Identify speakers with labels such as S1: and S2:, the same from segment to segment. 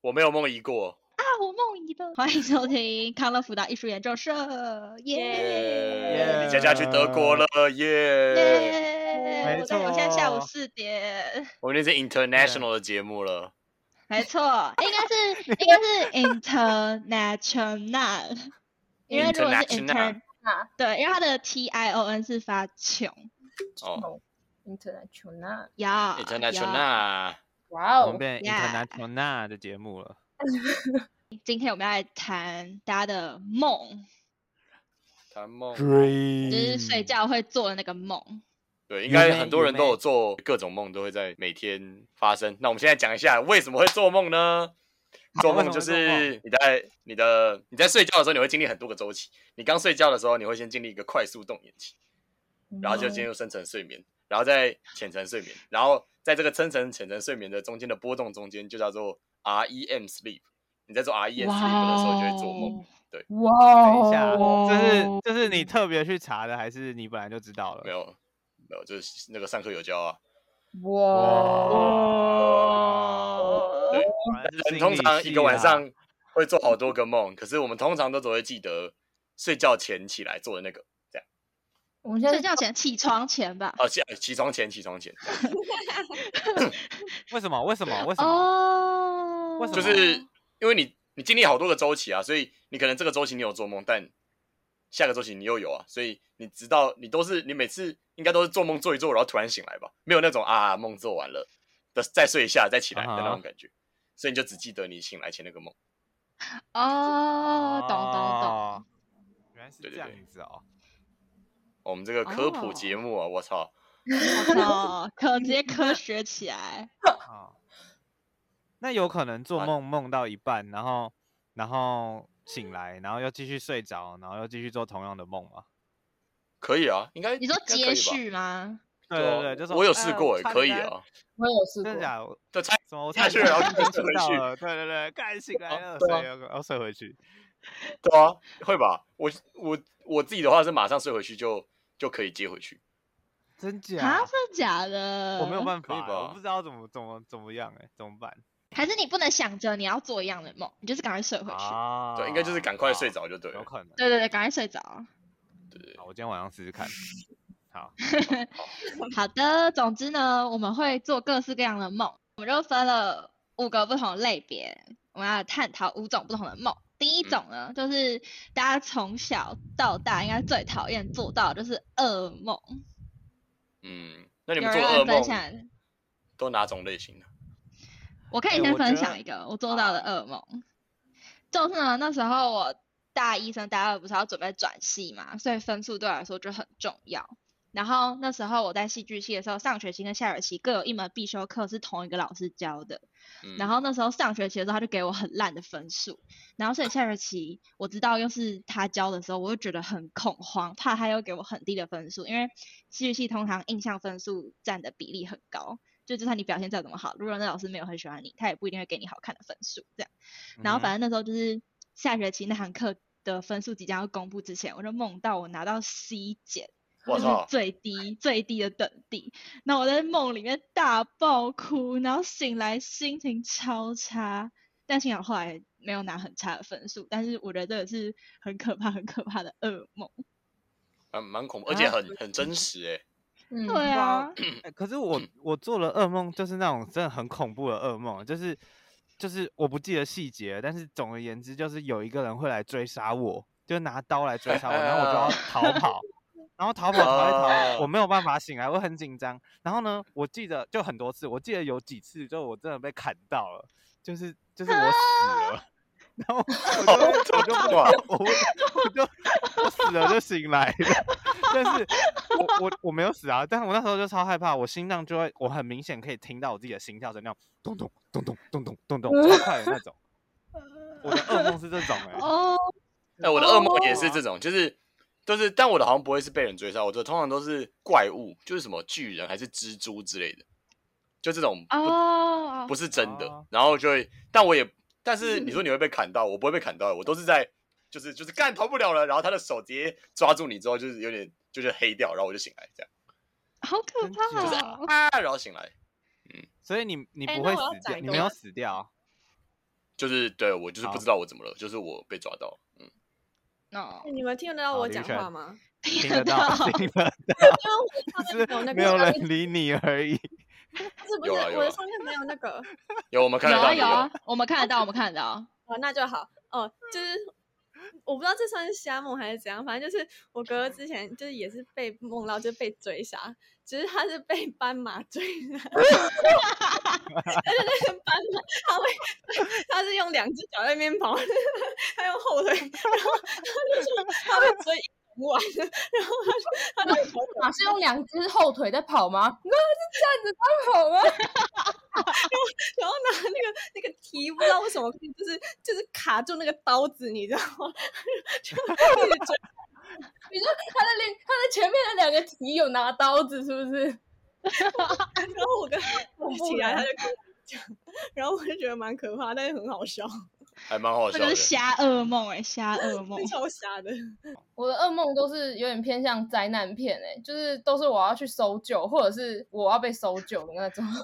S1: 我没有梦遗过。
S2: 我梦遗了。
S3: 欢迎 收听康乐辅导艺术研究社，耶！
S1: 耶！李佳佳去德国了，耶！
S3: 耶！
S2: 没
S3: 我在我现在下午
S2: 错
S3: 四点，
S1: 我们那是 international 的节目了，
S3: 没错，应该是 应该是 international，因 为如果是
S1: International
S3: inter，对，因为它的 t i o n 是发穷
S1: 哦
S2: ，international，
S3: 呀呀
S1: ，international，
S2: 哇
S4: 我们
S2: 哦，
S4: 变
S3: Yeah
S4: international 的节目了。
S3: 今天我们要来谈大家的梦，
S1: 谈梦，嗯
S3: 就是睡
S4: Dream，
S3: 觉会做的那个梦。
S1: 对，应该
S4: 有没
S1: 很多人
S4: 有没
S1: 都有做各种梦，都会在每天发生。那我们现在讲一下为什么会做梦呢？做梦就
S4: 啊为什么会做
S1: 是你在你的你在睡觉的时候，你会经历很多个周期。你刚睡觉的时候，你会先经历一个快速动眼期，然后就
S4: 嗯
S1: 进入深层睡眠，然后再浅层睡眠，然后在这个深层浅层睡眠的中间的波动中间，就叫做 REM sleep。你在做 REM sleep 的时候，就会做梦。
S2: 哇
S4: 等一下，
S2: 哦，
S4: 这是这是你特别去查的，还是你本来就知道了？
S1: 没有，没有，就是那个上课有教啊。
S2: 哦哇，
S1: 对
S4: 果哦然是
S1: 人
S4: 心
S1: 通
S4: 理
S1: 常一
S4: 系啊
S1: 个晚
S4: 啦
S1: 上会做好多个梦，可是我们通常都只会记得睡觉前起来做的那个，这样
S2: 我们现
S3: 睡
S2: 在
S3: 觉前、起床前吧。
S1: 哦，起起床前，起床前，
S4: 为什么？为什么？为什么？
S3: 哦，
S4: 为什 么
S1: 就是因为你你经历好多个周期啊，所以你可能这个周期你有做梦，但下个周期你又有啊，所以你直到你都是你每次应该都是做梦做一做，然后突然醒来吧，没有那种啊梦做完了的再睡一下再起来的那
S4: 啊
S1: 种
S4: 哈
S1: 感觉，所以你就只记得你醒来前那个梦。
S3: 哦，懂懂懂。
S4: 哦。原来是
S1: 对对
S4: 这样
S1: 对
S4: 子哦。
S1: 哦我们这个科普节目啊，我操！
S3: 哦， 可直接科学起来，
S4: 哦，那有可能做
S1: 啊
S4: 梦梦到一半，然后然后醒来，然后又继续睡着，然后又继续做同样的梦嘛？
S1: 可以啊，应该
S3: 你说
S1: 应该可以吧
S3: 接续吗？
S4: 对
S1: 啊
S4: 对对，就是嗯
S1: 我有试
S3: 呃
S1: 过、欸，可以，
S4: 我差点
S1: 啊，
S2: 我有试
S4: 在
S2: 过
S4: 真的，假的？
S1: 就差
S4: 什么？我
S1: 下
S4: 差
S1: 去
S4: 点
S1: 然后
S4: 已
S1: 再
S4: 经
S1: 睡
S4: 出
S1: 回
S4: 到
S1: 去
S4: 了，对对对，干醒来了，
S1: 对啊
S4: 睡又又睡回去。
S1: 对啊，会吧？我我我自己的话是马上睡回去就就可以接回去，
S4: 真
S3: 啊，
S4: 假？
S3: 真的假的？
S4: 我没有办
S1: 可以
S4: 法欸，我
S1: 吧
S4: 不知道怎么怎么怎么样哎，怎么办？
S3: 还是你不能想着你要做一样的梦，你就是赶快睡回去。
S4: 啊
S1: 对，应该就是赶快睡
S4: 好
S1: 着就对了
S4: 有。可能。
S3: 对对对，赶快睡着。
S4: 好，我今天晚上试 试看。好，
S3: 好的，总之呢，我们会做各式各样的梦，我们就分了五个不同的类别，我们要探讨五种不同的梦。第一种
S4: 嗯
S3: 呢，就是大家从小到大应该最讨厌做到的就是噩梦。
S1: 嗯，那你
S3: 有
S1: 们做
S3: 人
S1: 的
S3: 来
S1: 噩
S3: 分享
S1: 梦，都哪种类型的？
S3: 我可
S4: 哎
S3: 以先
S4: 我
S3: 分
S4: 觉得
S3: 享一个我做到的噩梦，就是呢，那时候我大一升大二不是要准备转系嘛，所以分数对我来说就很重要。然后那时候我在戏剧系的时候，上学期跟下学期各有一门必修课是同一个老师教的。
S1: 嗯、
S3: 然后那时候上学期的时候，他就给我很烂的分数。然后所以下学期我知道又是他教的时候，我就觉得很恐慌，怕他又给我很低的分数，因为戏剧系通常印象分数占的比例很高，就就算你表现再怎么好，如果那老师没有很喜欢你，他也不一定会给你好看的分数这样。然后
S4: 嗯哼
S3: 反正那时候就是下学期那堂课的分数即将要公布之前，我就梦到我拿到 C 减。
S1: 我
S3: 就是
S1: 操，
S3: 最低最低的等地。那我在梦里面大爆哭，然后醒来心情超差，但幸好后来没有拿很差的分数。但是我觉得这个是很可怕、很可怕的噩梦。
S1: 蛮蛮恐怖，而且很很真实哎、
S2: 嗯
S3: 对啊，
S4: 欸可是我我做了噩梦，就是那种真的很恐怖的噩梦，就是就是我不记得细节，但是总而言之，就是有一个人会来追杀我，就拿刀来追杀我，然后我就要逃跑，然后逃跑逃一逃，
S1: 哦
S4: 我没有办法醒来，我很紧张。然后呢，我记得就很多次，我记得有几次，就我真的被砍到了，就是就是我死了。然后我就我就不知道，我我就我死了就醒来了，但是我我我没有死啊，但是我那时候就超害怕，我心脏就会，我很明显可以听到我自己的心跳声，那种咚咚咚咚咚咚咚咚，超快的那种。我的噩梦是这种哎、
S3: 哦，
S1: 哎、我的噩梦也是这种，就是就是，但我的好像不会是被人追杀，我的通常都是怪物，就是什么巨人还是蜘蛛之类的，就这种不、
S3: 哦，嗯
S1: 不是真的
S4: 哦，
S1: 然后就会，但我也，但是你说你会被砍到，我不会被砍到，我都是在就是就是干逃不了了，然后他的手直接抓住你之后，就是有点就是黑掉，然后我就醒来这样，
S3: 好可
S4: 真
S1: 就是
S3: 怕
S4: 假
S3: 哦！
S1: 啊，然后醒来，
S4: 所以你你
S2: 哎
S4: 不
S2: 那
S4: 会
S2: 我要
S4: 死掉，
S2: 讲一
S4: 你
S2: 个
S4: 没有
S2: 我
S4: 死掉，
S1: 就是对我就是
S4: 好
S1: 不知道我怎么了，就是我被抓到，嗯，
S3: 哦，
S5: 你们听得到
S1: 啊
S4: 好
S5: 我
S4: 李
S5: 讲
S4: 璇
S5: 话吗？
S4: 啊 听得到，
S3: 啊
S4: 听得到，只
S5: 有那
S4: 是
S5: 个
S4: 没有
S5: 上
S4: 人
S5: 面
S4: 理你而已。
S5: 不是不是，
S1: 有啊有
S5: 我的
S1: 啊
S5: 上面没有那个。
S1: 有我们看得
S3: 有
S1: 到
S3: 啊
S1: 你
S3: 有啊，我们看得到，我们看 得到。
S5: 哦，那就好。哦，就是我不知道这算是瞎梦还是怎样，反正就是我哥哥之前就是也是被梦到，就是被追杀，只、是他是被斑马追 杀，而且那个斑马他会，他是用两只脚在那边跑， 他用后腿，然后他就说他被追一整晚，然后他就他就
S2: 马是用两只后腿在跑 吗？那是站着在跑吗？
S5: 然后拿那个那个蹄，不知道为什么可以，就是就是卡住那个刀子，你知道吗？ 就一直追
S2: 你说他的另他的前面的两个蹄有拿刀子是不是？
S5: 然后我跟我
S2: 恐怖
S5: 起来，啊
S2: 的
S5: 他就跟我讲， 然后我就觉得蛮可怕，但是很好笑，。
S1: 还蛮好
S3: 这
S1: 笑
S3: 个
S1: 的
S3: 是。瞎噩梦哎、瞎 噩梦
S5: 超瞎的。
S2: 我的噩梦都是有点偏向灾难片哎、就是都是我要去搜救，或者是我要被搜救的那种。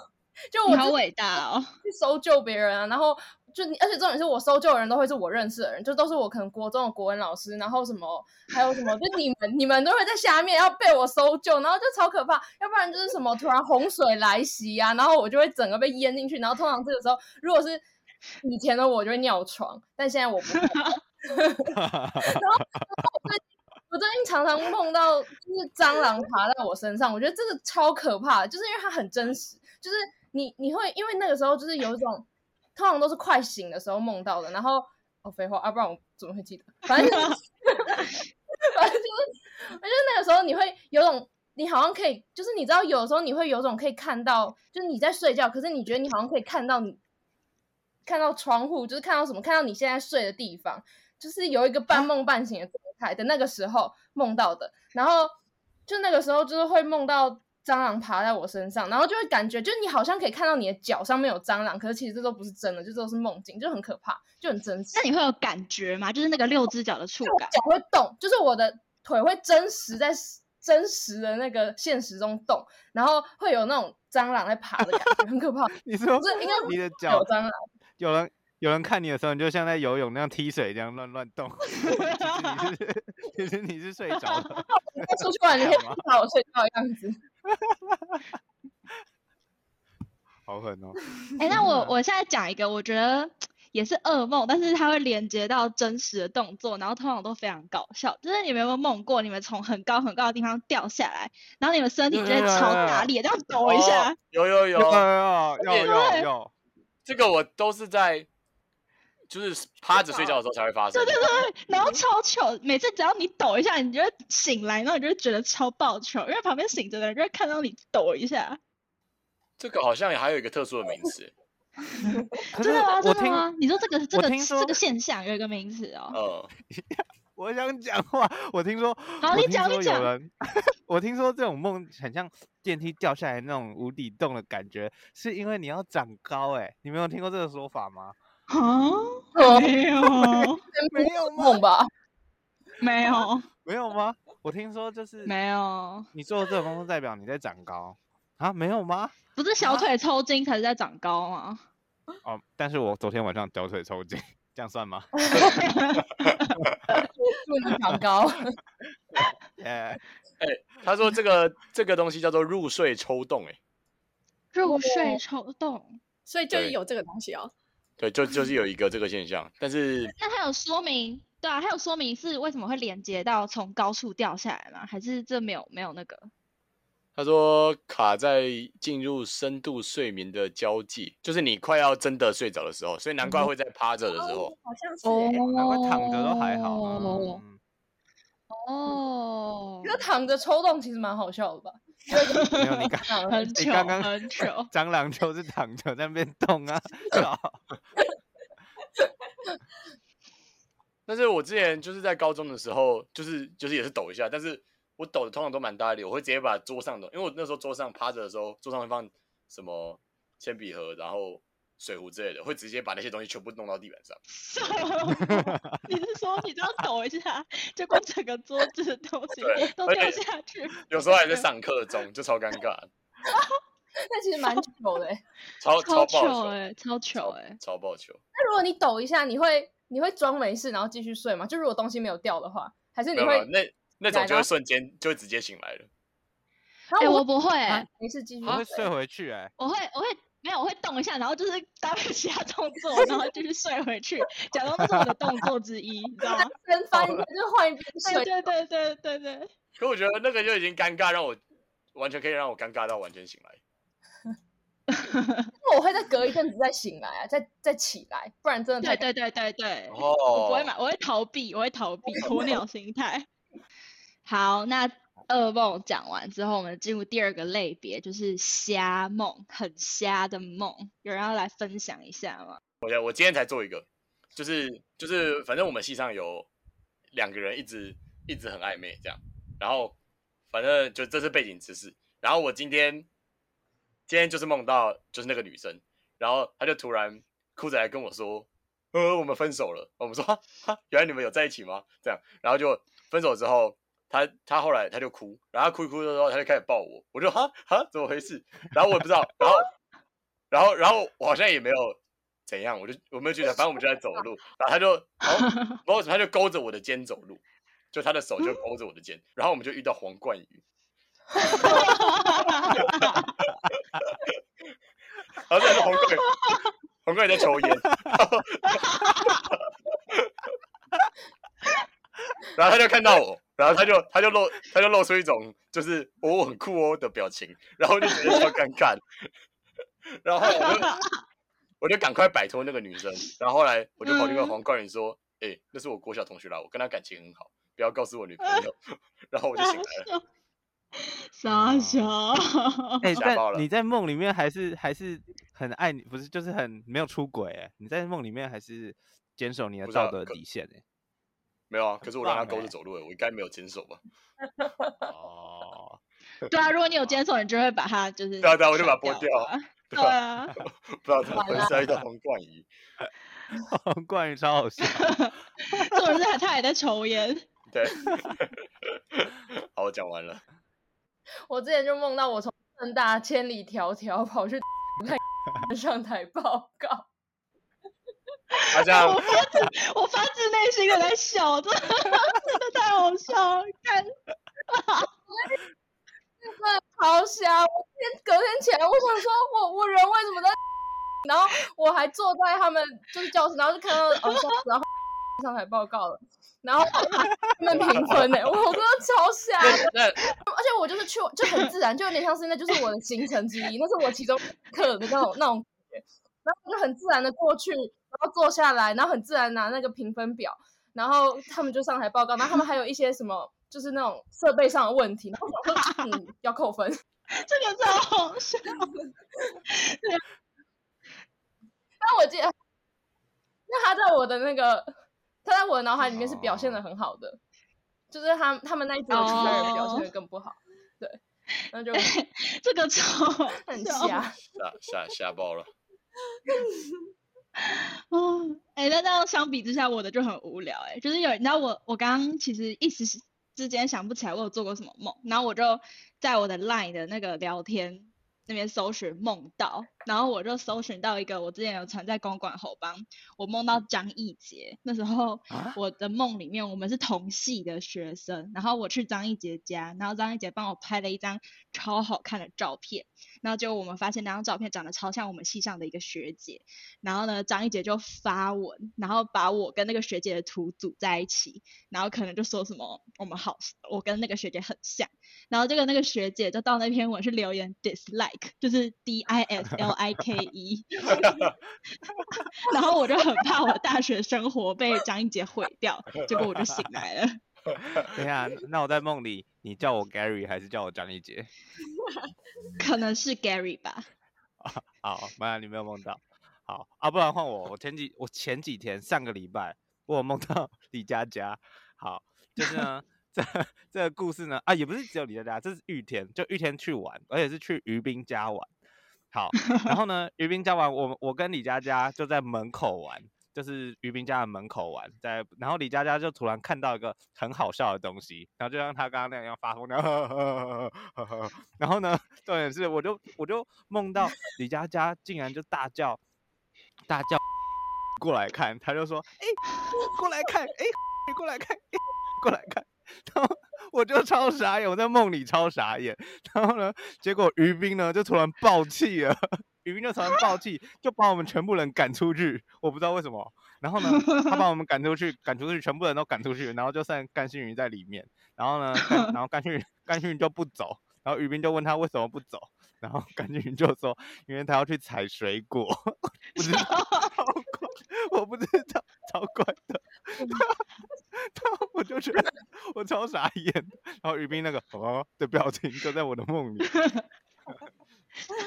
S2: 就我
S3: 你
S2: 之
S3: 好
S2: 前
S3: 伟大 哦！
S2: 去搜救别人啊，然后就你，而且重点是我搜救的人都会是我认识的人，就都是我可能国中的国文老师，然后什么还有什么，就你们你们都会在下面要被我搜救，然后就超可怕，要不然就是什么突然洪水来袭啊，然后我就会整个被淹进去，然后通常这个时候如果是以前的我就会尿床，但现在我不会。我最近常常梦到就是蟑螂爬在我身上，我觉得这个超可怕的，就是因为它很真实，就是你你会因为那个时候就是有一种，通常都是快醒的时候梦到的，然后哦废话，啊不然我怎么会记得？反正就是反正就是，我觉得那个时候你会有种。你好像可以，就是你知道，有的时候你会有种可以看到，就是你在睡觉，可是你觉得你好像可以看到你，看到窗户，就是看到什么，看到你现在睡的地方，就是有一个半梦半醒的状态的那个时候梦到的，然后就那个时候就是会梦到蟑螂爬在我身上，然后就会感觉就是你好像可以看到你的脚上面有蟑螂，可是其实这都不是真的，就都是梦境，就很可怕，就很真实
S3: 那。你会有感觉吗？就是那个六只脚的触
S2: 我
S3: 感。
S2: 脚会动，就是我的腿会真实在真实的那个现实中动，然后会有那种蟑螂在爬的感觉，很可怕。
S4: 你说
S2: 不是应该不
S4: 你的
S2: 有
S4: 脚
S2: 蟑螂，
S4: 有人有人看你的时候，你就像在游泳那样踢水这样乱乱动。 其实你是其实你是睡 着了，
S2: 你再出去玩，你可以
S4: 好吗
S2: 看我睡觉的样子。
S4: 好狠哦！
S3: 哎、那我
S4: 嗯
S3: 我现在讲一个，我觉得也是噩梦，但是它会连接到真实的动作，然后通常都非常搞笑。就是你们有没有梦过，你们从很高很高的地方掉下来，然后你们身体
S4: 有
S3: 直
S4: 有
S3: 接
S4: 有
S3: 朝
S4: 有
S3: 打
S4: 有
S3: 脸，这样抖一下
S1: 哦，有有 有，
S4: 有有有有
S3: 对
S4: 有，
S1: 这个我都是在就是趴着睡觉的时候才会发生。
S3: 然后超糗。每次只要你抖一下，你就会醒来，然后你就会觉得超爆糗，因为旁边醒着的人就会看到你抖一下。
S1: 这个好像还有一个特殊的名 词，
S4: 可
S3: 真的吗？
S4: 是我
S3: 真的
S4: 听
S3: 吗？你说这个这
S4: 我
S3: 个
S4: 听
S3: 这个
S4: 说
S3: 现象有一个名词哦。
S1: 嗯，
S4: 我想讲话，我听说，
S3: 好
S4: 我
S3: 你
S4: 听
S3: 讲你
S4: 说
S3: 讲
S4: 有人， 我听说这种梦很像电梯掉下来那种无底洞的感觉，是因为你要长高哎、你没有听过这个说法吗？
S3: 啊，
S2: 哦
S3: 没有，
S4: 没有吗？
S2: 梦吧，
S3: 没有，
S4: 没有吗？我听说就是
S3: 没有，
S4: 你做这种工作代表你在长高啊？没有吗？
S3: 不是小腿抽筋才是在长高吗？
S4: 哦，但是我昨天晚上小腿抽筋，这样算吗？
S2: 祝你长高。
S4: 耶、
S1: 他说这个这个东西叫做入睡抽动、欸，
S3: 入
S2: 我
S3: 睡抽动。
S5: 所以就是
S1: 对
S5: 有这个东西哦，
S1: 对，就就是有一个这个现象，但是
S3: 那它有说明，对啊，它有说明是为什么会连接到从高处掉下来吗？还是这没有没有那个？
S1: 他说卡在进入深度睡眠的交界，就是你快要真的睡着的时候，所以难怪会在趴着的时候
S5: 哦，好像是
S3: 哦
S5: 欸、
S4: 难怪躺着都还好呢。
S3: 哦
S4: 嗯
S3: 哦
S2: 觉，得躺着抽动其实蛮好笑的吧？
S4: 没有 你刚
S2: 这样
S3: 很
S4: 你
S3: 糗，
S4: 刚 刚。
S3: 很糗
S4: 蟑螂就是躺着在那边 动啊，
S1: 但是我之前就是在高中的时候，就是就是也是抖一下，但是我抖的通常都蛮大力，我会直接把桌上的，因为我那时候桌上趴着的时候，桌上会放什么铅笔盒，然后水壶之类的，会直接把那些东西全部弄到地板上。
S3: 你是说你这样抖一下，结果整个桌子的东西
S1: 对
S3: 都
S1: 而
S3: 掉
S1: 且
S3: 下去？
S1: 有时候还在上课中，就超尴尬。
S2: 那其实蛮久的欸。
S1: 超
S3: 超
S1: 爆
S3: 糗
S1: 球，
S3: 哎，超糗哎，
S1: 超爆球，
S2: 那如果你抖一下，你会你会装没事，然后继续睡吗？就如果东西没有掉的话，还是
S1: 没
S2: 你
S1: 有没有
S2: 会？
S1: 那那
S2: 起来
S1: 种就
S2: 然后
S1: 会瞬间就会直接醒来了。
S2: 然
S3: 哎，
S2: 后
S3: 我
S2: 会
S3: 不会欸，
S2: 没事继续
S4: 我会
S2: 睡
S4: 睡。回去哎、
S3: 我会我会没有，我会动一下，然后就是搭配其他动作，然后继续睡回去，假装那是我的动作之一，你知道吗？
S2: 人翻一下就换一边
S3: 对
S2: 睡，
S3: 对对对对对，
S1: 可我觉得那个就已经尴尬，让我完全可以让我尴尬到完全醒来。
S2: 那我会再隔一阵子再醒来啊，再再起来，不然真的
S3: 对
S2: 太
S3: 对对对对，
S1: 哦，
S3: 我不会买，我会逃避，我会逃避，鸵鸟心态。好，那噩梦讲完之后，我们进入第二个类别，就是瞎梦，很瞎的梦。有人要来分享一下吗？
S1: 我觉得我今天才做一个，就是就是，反正我们系上有两个人一直一直很暧昧这样，然后反正就这是背景知识。然后我今天今天就是梦到就是那个女生，然后她就突然哭着来跟我说：“呃，我们分手了。”我们说：“哈 哈，原来你们有在一起吗？”这样，然后就分手之后，她她后来她就哭，然后她哭一哭的时候，她就开始抱我，我就哈哈怎么回事？然后我也不知道，然后然后然后我好像也没有怎样，我就我没有觉得，反正我们就在走路，然后他就，然后不知道为什么他就勾着我的肩走路，就他的手就勾着我的肩，然后我们就遇到黄冠宇，然后再是黄冠宇，黄冠宇在抽烟，然后然后他就看到我，然后他就他就露他就露出一种就是哦我很酷哦的表情，然后我就觉得超尴尬的，然后后来我就。我就赶快摆脱那个女生，然后后来我就跑去跟
S3: 嗯
S1: 黄冠宇说：“哎、那是我国小同学啦，我跟他感情很好，不要告诉我女朋友。” 然后我就醒来了，
S3: 傻笑，
S4: 哎、
S1: 吓爆了
S4: 但你在梦里面还是还是很爱你，不是就是很没有出轨哎、你在梦里面还是坚守你的
S1: 不是啊
S4: 道德
S1: 可
S4: 底线哎、
S1: 没有啊？可是我让他
S4: 很棒
S1: 勾
S4: 欸
S1: 着走路、欸，我应该没有牵手吧？
S4: 哦，
S3: 对啊，如果你有坚守，你就会把它就是
S1: 对啊对啊我就把它
S3: 甩
S1: 剥
S3: 掉
S1: 掉
S3: 啊，
S1: 对
S3: 对
S1: 吧？
S3: 啊，
S1: 不知道怎么回事，要遇到黄冠宇，
S4: 关于超好笑，
S3: 重点是他他也在抽烟，
S1: 对。好，我讲完了。
S2: 我之前就梦到我从正大千里迢迢跑去 看上台报告，
S1: 他这样
S3: 我发自我发自内心的在笑，真的真的太好笑了，看
S2: 真的超瞎！我今天隔天起来，我想说我我人为什么在， 然后我还坐在他们就是教室，然后就看到哦，下然后上台报告了，然后他们评分呢、我真的超瞎的。
S1: 那
S2: 而且我就是去就很自然，就有点像是那就是我的行程之一，那是我其中一课的那种那种感觉。然后我就很自然的过去，然后坐下来，然后很自然拿那个评分表，然后他们就上台报告，然后他们还有一些什么就是那种设备上的问题，然后我想说嗯要扣分，
S3: 这个超好笑。
S2: 但我记得，那他在我的那个他在我的脑海里面是表现的很好的，就是他他们那一组的其他人表现的更不好，对，那就
S3: 这个超好
S2: 很
S3: 笑
S2: 瞎。
S1: 吓吓吓爆了，
S3: 哦，哎、那这样相比之下，我的就很无聊哎、就是有你知道我我刚刚其实一时是之间想不起来我有做过什么梦，然后我就在我的 LINE 的那个聊天那边搜寻梦到，然后我就搜寻到一个我之前有传在公馆后帮，我梦到张艺杰，那时候
S4: 啊
S3: 我的梦里面我们是同系的学生，然后我去张艺杰家，然后张艺杰帮我拍了一张超好看的照片，然后结果我们发现那张照片长得超像我们系上的一个学姐，然后呢，张一姐就发文，然后把我跟那个学姐的图组在一起，然后可能就说什么我们好，我跟那个学姐很像，然后这个那个学姐就到那篇文是留言 dislike，就是 D I S L I K E，然后我就很怕我大学生活被张一姐毁掉，结果我就醒来了。
S4: 等一下，那我在梦里，你叫我 Gary 还是叫我张一杰？
S3: 可能是 Gary 吧，
S4: 好，没有，你没有梦到。好啊，不然换我。我前几我前几天上个礼拜，我有梦到 李佳佳。好，就是呢，这这个故事呢，啊，也不是只有李佳佳，这是玉田，就玉田去玩，而且是去于斌家玩。好，然后呢，于斌家玩，我们我跟李佳佳就在门口玩，就是于斌家的门口玩，在然后李佳佳就突然看到一个很好笑的东西，然后就像他刚刚那样发疯那样呵呵呵呵呵呵， 然后呢，重点是我就我就梦到李佳佳竟然就大叫大叫过来看，他就说哎、过来看哎、过来看哎、过来看， 然后我就超傻眼，我在梦里超傻眼，然后呢，结果于斌呢就突然爆气了。于斌就突然暴气，就把我们全部人赶出去，我不知道为什么。然后呢，他把我们赶出去，赶出去，全部人都赶出去，然后就剩甘心云在里面。然后呢，甘 然后甘心云甘心云就不走，然后于斌就问他为什么不走，然后甘心云就说，因为他要去采水果。不知道，超怪，我不知道，超怪的。然后我就觉得我超傻眼，然后于斌那个哦的表情就在我的梦里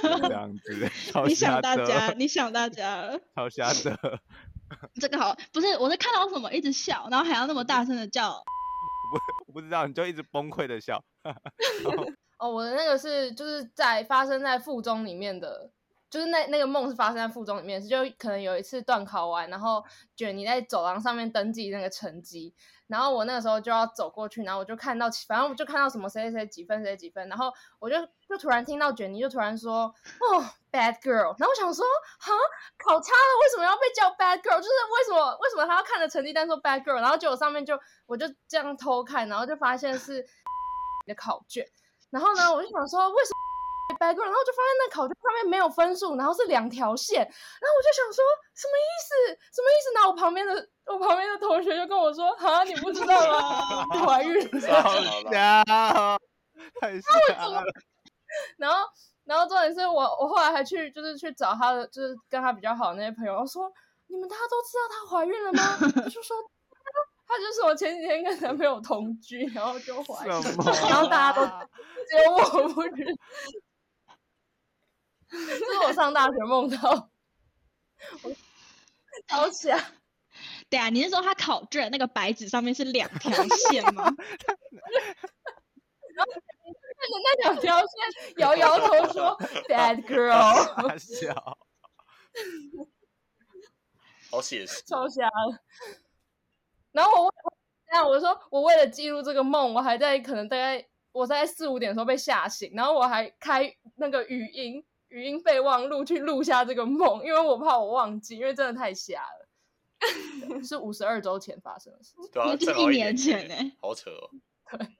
S4: 这样 子，超
S3: 你想
S4: 瞎
S3: 大
S4: 的
S3: 家，你想大家了。
S4: 好瞎的，
S3: 这个好，不是我是看到什么一直笑，然后还要那么大声的叫，
S4: 我不知道，你就一直崩溃的笑。
S2: 哦，我的那个是就是在发生在附中里面的，就是那那个梦是发生在附中里面的事，就可能有一次段考完，然后卷你在走廊上面登记那个成绩，然后我那个时候就要走过去，然后我就看到，反正我就看到什么谁谁谁几分谁几分，然后我就就突然听到卷妮就突然说，哦，bad girl，然后我想说，哈，考差了为什么要被叫 bad girl？就是为什么为什么他要看着成绩单说 bad girl？然后结果上面就我就这样偷看，然后就发现是 的考卷。然后呢，我就想说为什么 白 a 然后就发现那考卷上面没有分数，然后是两条线，然后我就想说什么意思？什么意思？然后我旁边的我旁边的同学就跟我说：“啊，你不知道吗？ 你怀孕 了。”
S1: 好了好了
S4: 瞎哦， 太瞎了。
S2: 然后，然后重点是我，我后来还去就是去找他的，就是跟他比较好的那些朋友，我说你们大家都知道她怀孕了吗？他就说，他就说我前几天跟男朋友同居，然后就怀孕了，
S4: 什么
S2: 然后大家都
S4: 啊
S2: 只有我不知道。这是我上大学梦到，我吵起来，
S3: 对啊，你是说他考卷那个白纸上面是两条线吗？
S2: 看着那两条线，摇摇头说 “bad girl”，
S4: 傻笑，
S1: 好写实。
S2: 超瞎的。然后我为这样，我说我为了记录这个梦，我还在可能大概我在四五点的时候被吓醒，然后我还开那个语音语音备忘录去录下这个梦，因为我怕我忘记，因为真的太瞎了。 对是五十二周前发生的事情。
S1: 对啊，
S3: 那就是
S1: 正好
S3: 一
S1: 一
S3: 年前
S1: 呢、
S3: 欸
S1: 好扯哦。
S2: 对。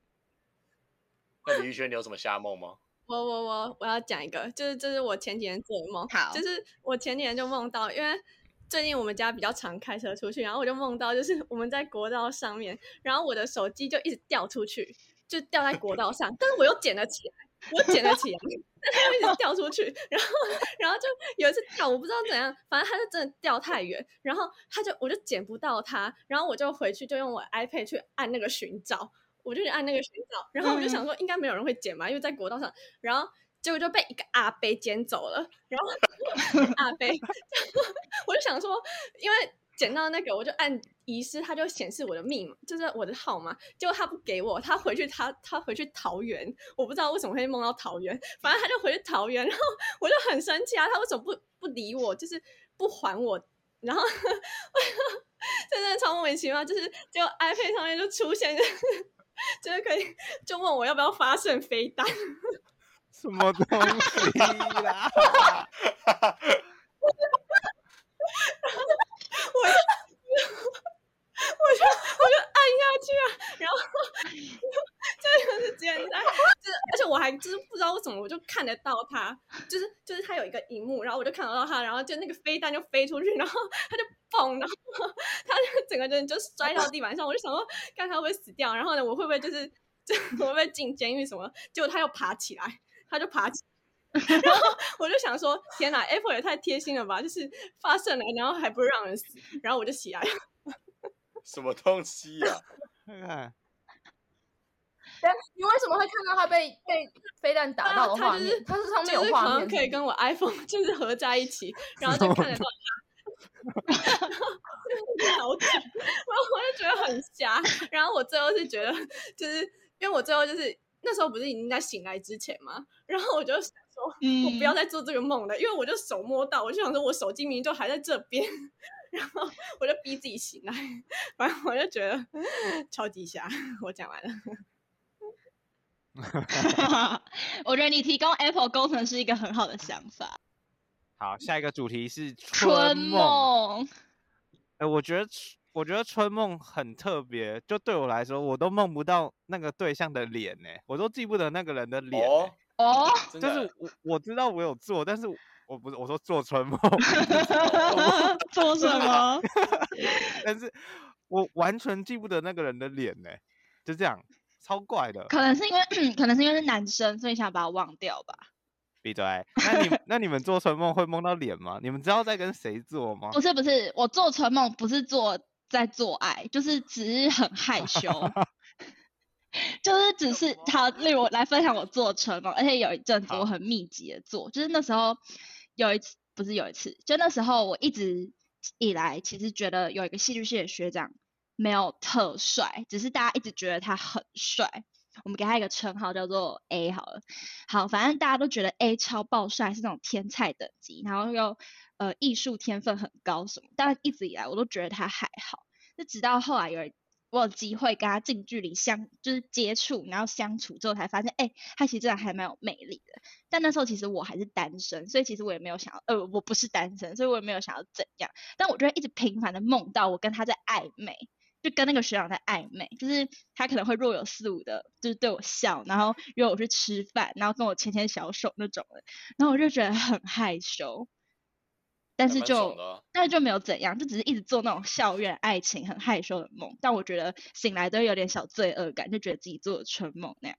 S1: 那李玉轩，你有什么瞎梦吗？
S5: 我我我我要讲一个，就是这是我前几天做的梦，
S3: 好
S5: 就是我前几天就梦到，因为最近我们家比较常开车出去，然后我就梦到就是我们在国道上面，然后我的手机就一直掉出去，就掉在国道上，但是我又捡得起来。我捡得起来，但是它一直掉出去，然后，然后就有一次掉，我不知道怎样，反正它就真的掉太远，然后它就我就捡不到它，然后我就回去就用我 iPad 去按那个寻找，我就去按那个寻找，然后我就想说应该没有人会捡吧，因为在国道上，然后结果就被一个阿伯捡走了，然后 阿伯，我就想说，因为捡到那个我就按遗失，它就显示我的密码，就是我的号码，结果他不给我，他回去他他回去桃园，我不知道为什么会梦到桃园，反正他就回去桃园，然后我就很生气啊，他为什么不不理我，就是不还我，然后 我就。这真的超莫名其妙，就是就 iPad 上面就出现，就是就是可以就问我要不要发射飞弹，
S4: 什么东西啦？
S5: 我就我就按下去啊，然后就就是直接在，就是而且我还就是不知道为什么，我就看得到他，就是就是他有一个荧幕，然后我就看得到他，然后就那个飞弹就飞出去，然后他就砰，然后他就整个人就摔到地板上，我就想说，看他会不会死掉，然后呢，我会不会就是就我会不会进监狱什么？结果他又爬起来，他就爬起。然后我就想说，天哪，Apple 也太贴心了吧！就是发射来，然后还不让人死，然后我就起来了。
S1: 什么东西 呀、
S4: 看看
S2: 但你为什么会看到他被被飞弹打到的
S5: 他
S2: 画
S5: 就是
S2: 面？他是上面
S5: 就是
S2: 有
S5: 可
S2: 画
S5: 能
S2: 面，
S5: 可以跟我 iPhone 就是合在一起，然后就看得到 它，好假，然后我就觉得很瞎，然后我最后是觉得，就是因为我最后就是那时候不是已经在醒来之前嘛，然后我就想说，我不 要
S3: 嗯
S5: 再做这个梦了，因为我就手摸到，我就想说我手机明明就还在这边，然后我我就逼自己醒来，反正我就觉得超级瞎。我讲完了，
S3: 我觉得你提供 Apple 工程是一个很好的想法。
S4: 好，下一个主题是
S3: 春
S4: 梦。
S3: 梦，
S4: 哎、我觉得春我觉得春梦很特别，就对我来说，我都梦不到那个对象的脸呢、我都记不得那个人的脸欸、
S1: 哦，
S3: 哦，
S1: 真
S4: 就
S1: 的
S4: 是我我知道我有做，但是我我不是我说做春 梦，
S3: 做什么？
S4: 但是我完全记不得那个人的脸呢、就这样，超怪的。
S3: 可能是因为， 可能是因为是男生，所以想把它忘掉吧。
S4: 闭嘴！那你那你们做春梦会梦到脸吗？你们知道在跟谁做吗？
S3: 不是不是，我做春梦不是做在做爱，就是只是很害 羞，就是只是好，例如我来分享我做春梦，而且有一阵子
S4: 好
S3: 我很密集的做，就是那时候有一次不是有一次，就那时候我一直以来其实觉得有一个戏剧系的学长没有特帅，只是大家一直觉得他很帅。我们给他一个称号叫做 A 好了，好，反正大家都觉得 A 超爆帅是那种天才等级，然后又呃艺术天分很高什么，但一直以来我都觉得他还好，就直到后来有人我有机会跟他近距离相就是接触，然后相处之后才发现，哎、他其实真的还蛮有魅力的。但那时候其实我还是单身，所以其实我也没有想要，呃，我不是单身，所以我也没有想要怎样。但我就会一直频繁的梦到我跟他在暧昧，就跟那个学长在暧昧，就是他可能会若有似无的，就是对我笑，然后约我去吃饭，然后跟我牵牵小手那种的，然后我就觉得很害羞，但
S1: 还
S3: 是
S1: 蛮
S3: 就
S1: 爽的啊
S3: 但是就没有怎样，就只是一直做那种校园爱情很害羞的梦，但我觉得醒来都有点小罪恶感，就觉得自己做了春梦那样，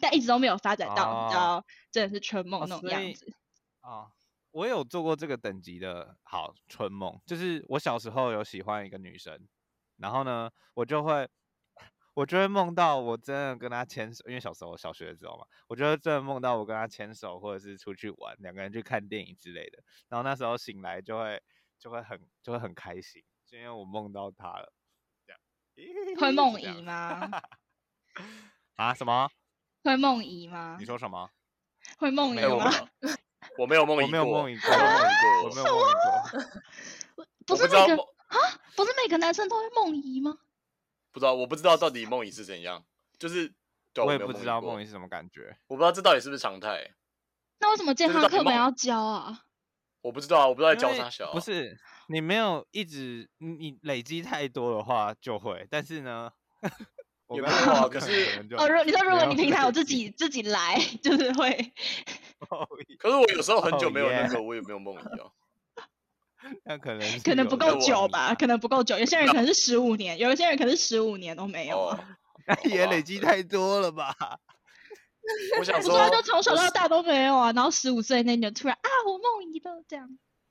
S3: 但一直都没有发展到、你知
S4: 哦
S3: 道真的是春梦
S4: 哦
S3: 那种
S4: 所
S3: 样
S4: 以
S3: 子。
S4: 啊，我有做过这个等级的好春梦，就是我小时候有喜欢一个女生，然后呢，我就会。我就会梦到我真的跟她牵手，因为小时候小学的时候嘛，我就会真的梦到我跟她牵手，或者是出去玩，两个人去看电影之类的。然后那时候醒来就会就会很就会很开心，就因为我梦到她了，这样。
S3: 会梦
S4: 是这样
S3: 遗吗？
S4: 啊？什么？
S3: 会梦遗吗
S4: 你？说什么？
S3: 会梦遗
S1: 哎我
S3: 吗？啊
S1: 没有 我没有 梦
S4: 我
S1: 遗
S4: 没有
S1: 过
S4: 梦遗
S1: 我没有梦遗
S4: 我
S1: 过
S4: 没有梦遗过。
S3: 不
S1: 我
S3: 是
S1: 不知
S3: 每
S1: 道
S3: 个
S1: 梦
S3: 啊，不是每个男生都会梦遗吗？
S1: 不知道，我不知道到底梦遗是怎样，就是对啊、
S4: 我也
S1: 没有
S4: 不知道
S1: 梦遗
S4: 梦遗
S1: 过，
S4: 是什么感觉。
S1: 我不知道这到底是不是常态，
S3: 那为什么健
S1: 就是
S3: 康
S1: 到底
S3: 课本
S1: 梦
S3: 要教啊？
S1: 我不知道啊，我不知道在
S4: 因
S1: 教
S4: 为
S1: 啥小啊，
S4: 不是你没有一直你你累积太多的话就会，但是呢， 我
S1: 也
S4: 刚
S1: 没
S4: 刚
S1: 有啊
S4: 说
S1: 可
S4: 能
S1: 是
S4: 人就
S3: 哦，如你说如
S4: 没
S3: 果
S4: 有
S3: 你平常 有
S4: 累
S3: 自
S4: 积
S3: 己自己来，就是会
S4: 到一
S1: 可是我有时候很
S4: 哦
S1: 久没有那
S4: 耶
S1: 个，我也没有梦遗啊。
S4: 那可能是
S3: 可能
S4: 有
S3: 不
S4: 的
S3: 够久
S4: 问题
S3: 吧，
S4: 啊
S3: 可能不够久。有些人可能是十五年，有一些人可能是十五年都 没有啊。
S1: 哦，
S4: 那也
S1: 吧
S4: 累积太多了吧？
S1: 我想
S3: 不
S1: 说
S3: 是啊，，就从小
S1: 我
S3: 到
S1: 是
S3: 大都没有啊，然后十五岁那年突然啊，我梦遗了这样。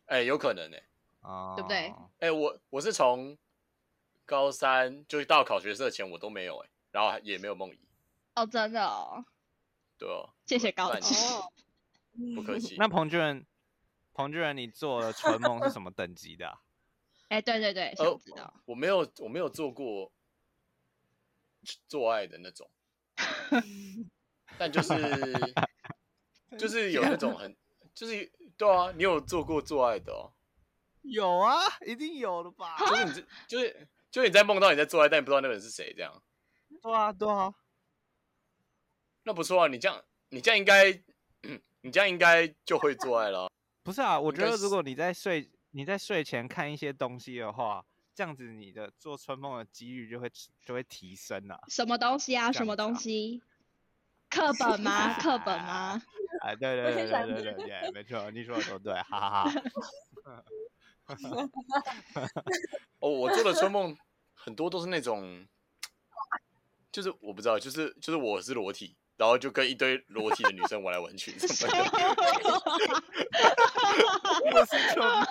S1: 哎、有可能哎、
S4: 啊，
S3: 对不对
S1: 哎、我我是从高三就是到考学社前我都没有哎、然后也没有梦遗，
S3: 哦，真的哦，
S1: 对哦，
S3: 谢谢高
S1: 不然
S3: 级。
S5: 哦，
S1: 不客 气。
S4: 那彭俊仁，彭俊仁，你做的春梦是什么等级的啊？
S3: 哎，对对对，想知道。
S1: 呃我没有我没有做过做爱的那 种，但就是就是有那种很就是对啊，你有做过做爱的哦，
S4: 有啊，一定有的吧？
S1: 就是
S3: 啊
S1: 你这就是就是你在梦到你在做爱，但你不知道那个人是谁这样，
S4: 对啊，对啊，
S1: 那不错啊，你这样你这样应该嗯你这样应该就会做爱了啊。
S4: 不是啊，我
S1: 应
S4: 觉
S1: 该
S4: 得如
S1: 是
S4: 果你在睡你在睡前看一些东西的话，这样子你的做春梦的几率就会就会提升啊。
S3: 什么东西啊？
S4: 这
S3: 什么
S4: 样子啊
S3: 东西？课本 吗？课本吗？
S4: 啊，对对对
S5: 想
S4: 对对对对，没错，你说的都对，哈哈 哈。
S1: 哦，我做的春梦很多都是那种，就是我不知道，就是就是我是裸体，然后就跟一堆裸体的女生玩来玩去 什么的。
S4: 我是春梦，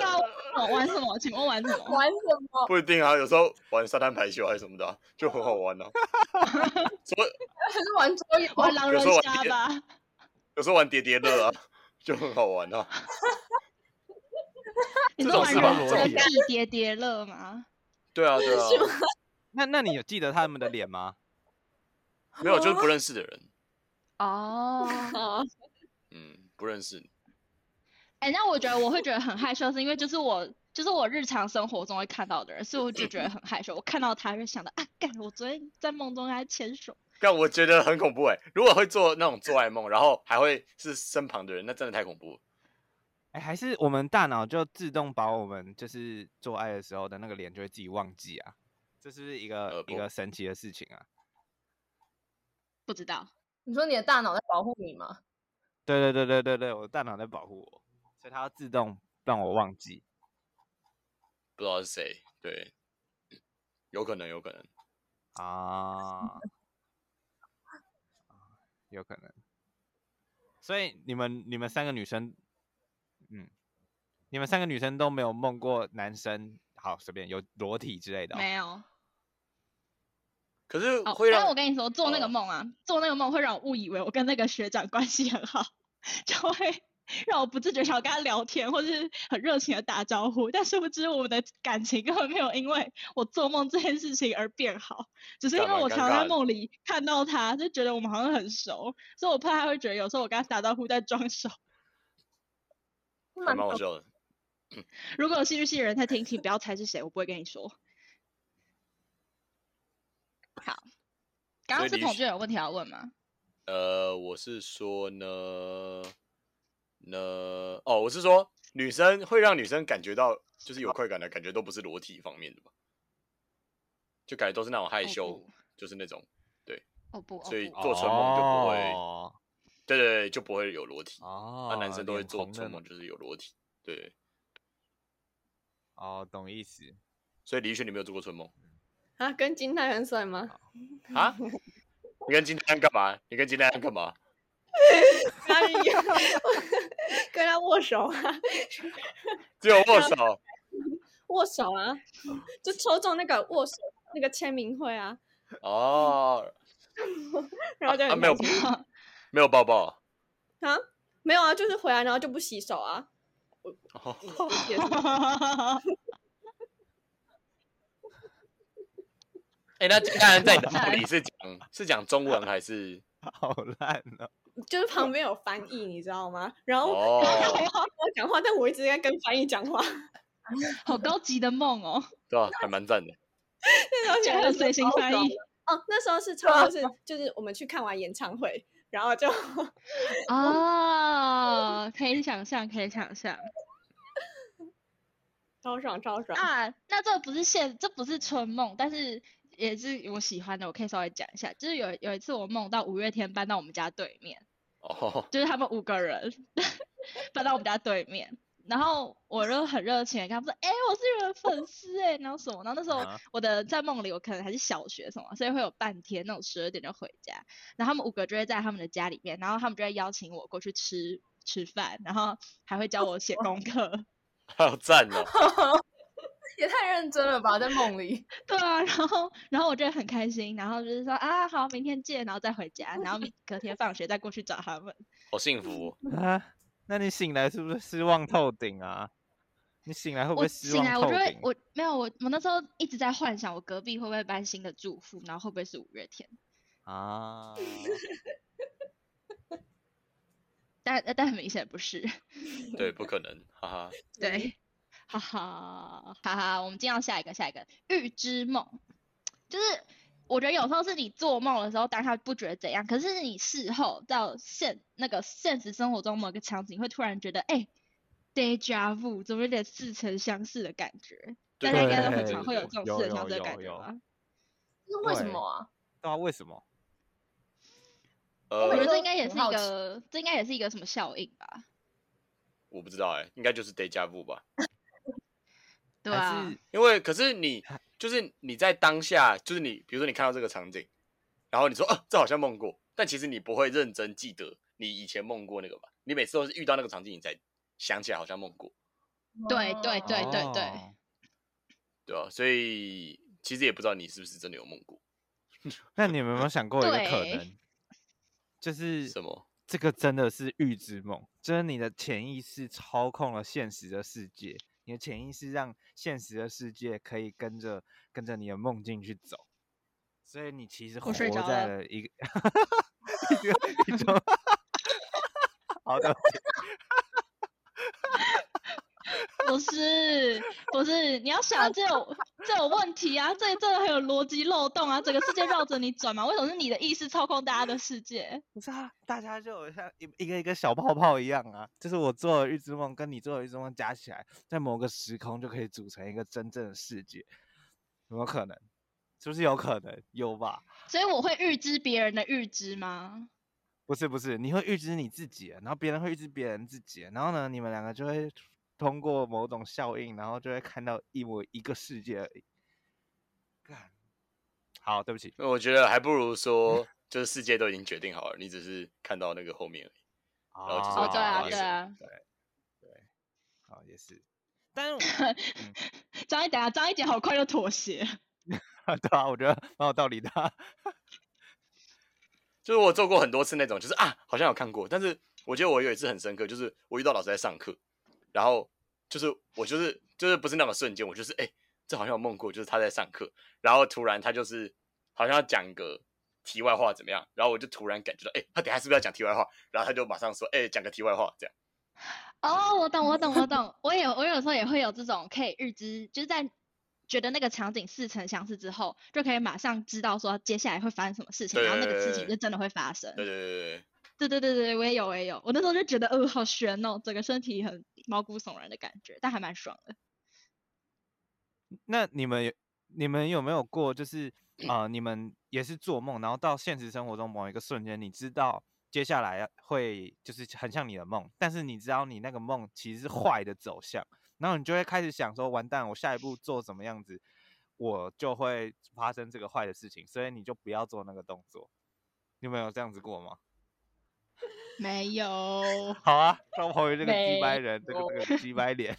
S3: 要玩玩什么？请问玩什么？
S5: 玩什么？
S1: 不一定啊，有时候玩沙滩排球还是什么的啊、就很好玩啊。所以
S2: 还是玩桌游，
S3: 玩狼
S1: 有
S3: 人
S1: 时候玩
S3: 杀
S1: 别
S3: 吧。
S1: 有时候玩叠叠乐啊，就很好玩啊。
S3: 你
S1: 这
S3: 说
S1: 种
S3: 玩
S1: 是吧
S3: 人
S1: 这
S3: 的
S1: 种
S3: 地叠叠乐吗？
S1: 对啊，对啊，
S4: 那那你有记得他们的脸吗？
S1: 没有就是不认识的人，
S3: 哦，
S5: 啊，
S1: 嗯，不认识。
S3: 哎、哎、那我觉得我会觉得很害羞，是因为就是我就是我日常生活中会看到的人，所以我就觉得很害羞。我看到他就想到啊，干，我昨天在梦中跟他牵手，
S1: 但我觉得很恐怖哎、如果会做那种做爱梦，然后还会是身旁的人，那真的太恐怖了。
S4: 哎，还是我们大脑就自动把我们就是做爱的时候的那个脸就会自己忘记啊，这是不是一个、
S1: 呃
S4: 一
S1: 不
S4: 个神奇的事情啊？
S3: 不知道。
S2: 你说你的大脑在保护你吗？
S4: 对对对对对对，我的大脑在保护我，所以它要自动让我忘记。
S1: 不知道是谁，对，有可能，有可能。
S4: 啊，有可能。所以你们你们三个女生，嗯，你们三个女生都没有梦过男生，好随便有裸体之类的、哦。
S3: 没有。
S1: 可是
S3: 哦，
S1: 会
S3: 但
S1: 让
S3: 我跟你说，做那
S1: 哦
S3: 个梦啊，做那个梦会让我误以为我跟那个学长关系很好， 就会让我不自觉想要跟他聊天，或是很热情的打招呼。但殊不知，我们的感情根本没有因为我做梦这件事情而变好，只是因
S1: 干蛮
S3: 为我
S1: 尴
S3: 常
S1: 尬
S3: 在
S1: 的
S3: 梦里看到他，就觉得我们好像很熟，所以我怕他会觉得有时候我跟他打招呼在装熟。
S1: 还
S2: 蛮
S1: 蛮
S3: 哦
S1: 好笑的。
S3: 如果有戏剧系的人在听，请不要猜是谁，我不会跟你说。 好，刚
S1: 所以
S3: 刚是
S1: 你
S3: 孔
S1: 是
S3: 雀有问题要问吗？
S1: 呃，我是说呢，呢，哦，我是说女生会让女生感觉到就是有快感的感觉，都不是裸体方面的吧？就感觉都是那种害
S3: 哦
S1: 羞，
S3: 不
S1: 就是那种，
S3: 哦不，哦
S1: 所以
S3: 不
S1: 做春梦就不会
S4: 哦，
S1: 对对对，就不会有裸体。那、
S4: 哦
S1: 男生都会
S4: 脸
S1: 做
S4: 红的
S1: 春梦，就是有裸体。对，
S4: 哦，懂意思。
S1: 所以李宇轩，你没有做过春梦
S5: 啊，跟金泰很帅吗？
S1: 啊？你跟金丹干嘛？你跟金丹干嘛？
S5: 哪里有？跟他握手啊，
S1: 只有握手，
S5: 握手啊，
S1: 嗯
S5: 就抽中那个握手那个签名会啊，
S1: 哦，
S5: 然后就
S1: 啊
S5: 很
S1: 没有
S5: 开心
S1: 没有抱抱。
S5: 啊，没有啊，就是回来然后就不洗手啊，
S1: 哦，
S5: 也是
S1: 哎、那金丹在你的梦里是讲是讲中文还是？
S4: 好烂 哦！
S5: 就是旁边有翻译，你知道吗？然后
S1: 哦，
S5: 我讲话，但我一直在跟翻译讲话，
S3: 好高级的梦 哦，
S1: 对吧、还蛮赞的。
S5: 那时候
S3: 居
S5: 觉
S3: 然
S5: 得
S3: 有随行翻
S5: 超爽
S3: 译
S5: 哦，那时候是差不多是就是我们去看完演唱会，然后就
S3: 哦，可以想象，可以想象
S5: 超爽超爽。
S3: 啊。那这不是现，这不是春梦，但是也是我喜欢的，我可以稍微讲一下。就是有有一次我梦到五月天搬到我们家对面，
S1: 哦，
S3: 就是他们五个人 搬到我们家对面，然后我就很热情的跟他们说：“哎、我是你们的粉丝哎、然后什么？然后那时候
S4: 啊
S3: 我的在梦里，我可能还是小学什么，所以会有半天那种十二点就回家，然后他们五个就会在他们的家里面，然后他们就会邀请我过去吃吃饭，然后还会教我写功课。
S1: 好赞哦！
S2: 也太认真了吧，在梦里。
S3: 对啊，然后然后我就很开心，然后就是说啊好，明天见，然后再回家，然后明隔天放学再过去找他们。
S1: 好幸福、
S3: 嗯
S1: 哦。
S4: 啊，那你醒来是不是失望透顶啊？你醒来会不
S3: 我
S4: 会失
S3: 醒
S4: 望
S3: 来，我
S4: 透
S3: 就会
S4: 顶？
S3: 我没有我我那时候一直在幻想我隔壁会不会搬新的住户，然后会不会是五月天，
S4: 啊，
S3: 但呃但很明显不是，
S1: 对，不可能，哈哈。
S3: 对，哈哈哈哈，我们进到下一个下一个预知梦，就是我觉得有时候是你做梦的时候当下不觉得怎样，可是你事后到现那个现实生活中某个场景会突然觉得哎、deja vu 怎么有点似曾相识的感觉，
S1: 对
S3: 大家应该都
S1: 对
S3: 很
S1: 对
S3: 常
S1: 对
S3: 会有
S1: 对
S3: 这种
S4: 有
S3: 似曾
S4: 有
S3: 相识的
S4: 有
S3: 感觉
S4: 有
S3: 吧。
S2: 这是为什
S4: 对
S2: 么啊？
S4: 对啊，为什么？
S3: 我觉得
S1: 呃，
S3: 这应该也
S2: 很
S3: 是一
S2: 好奇
S3: 个，这应该也是一个什么效应吧？
S1: 我不知道哎、应该就是 day 加 vu 吧。
S3: 对
S4: 还
S3: 啊
S4: 是，
S1: 因为可是你就是你在当下，就是你比如说你看到这个场景，然后你说哦、这好像梦过，但其实你不会认真记得你以前梦过那个吧？你每次都是遇到那个场景，你才想起来好像梦过，
S3: 对对对对对
S4: 哦
S1: 对吧、所以其实也不知道你是不是真的有梦过
S4: 那你们有没有想过一个可
S3: 对
S4: 能，就是
S1: 什么。
S4: 这个真的是预知梦，就是你的潜意识操控了现实的世界，你的潜意识让现实的世界可以跟着跟着你的梦境去走，所以你其实活
S3: 我睡着
S4: 在
S3: 了
S4: 了一个 一个一种好的，
S3: 不是不是，你要想啊这有这有问题啊，这这很有逻辑漏洞啊，整个世界绕着你转嘛，为什么是你的意识操控大家的世界？
S4: 不是啊，大家就有像一一个一个小泡泡一样啊，就是我做的预知梦跟你做的预知梦加起来，在某个时空就可以组成一个真正的世界，有没有可能？是不是有可能？有吧？
S3: 所以我会预知别人的预知吗？
S4: 不是不是，你会预知你自己，然后别人会预知别人自己，然后呢，你们两个就会通过某种效应，然后就会看到一模一个世界而已。干，好，对不起，
S1: 那我觉得还不如说，就是世界都已经决定好了，你只是看到那个后面而已。
S4: 然
S1: 后就是
S3: 哦，对啊
S1: 哦，
S3: 对啊。
S4: 好哦也是，但是我
S3: 啊张一，等下，张一姐好快就妥协。
S4: 对啊，我觉得蛮有道理的啊、
S1: 就是我做过很多次那种，就是啊，好像有看过，但是我觉得我有一次很深刻，就是我遇到老师在上课，然后就是我就是就是不是那么瞬间，我就是哎、诶这好像有梦过，就是他在上课，然后突然他就是好像要讲个题外话怎么样，然后我就突然感觉到，哎、他等一下是不是要讲题外话？然后他就马上说，哎、讲个题外话这样。
S3: 哦，我懂，我懂，我懂。我也我有时候也会有这种可以预知，就是在觉得那个场景似曾相识之后，就可以马上知道说接下来会发生什么事情，然后那个事情
S1: 对
S3: 就真的会发生。
S1: 对对对对对，
S3: 对对对对，我也有，我也有。我那时候就觉得，呃，好悬哦，整个身体很毛骨悚然的感觉，但还蛮爽的。
S4: 那你们有你们有没有过，就是啊、呃你们也是做梦，然后到现实生活中某一个瞬间，你知道接下来会就是很像你的梦，但是你知道你那个梦其实是坏的走向，然后你就会开始想说，完蛋，我下一步做什么样子，我就会发生这个坏的事情，所以你就不要做那个动作。你们有这样子过吗？
S3: 没有，
S4: 好 啊，让我回这个鸡掰
S2: 没
S4: 人，这个这个鸡掰脸，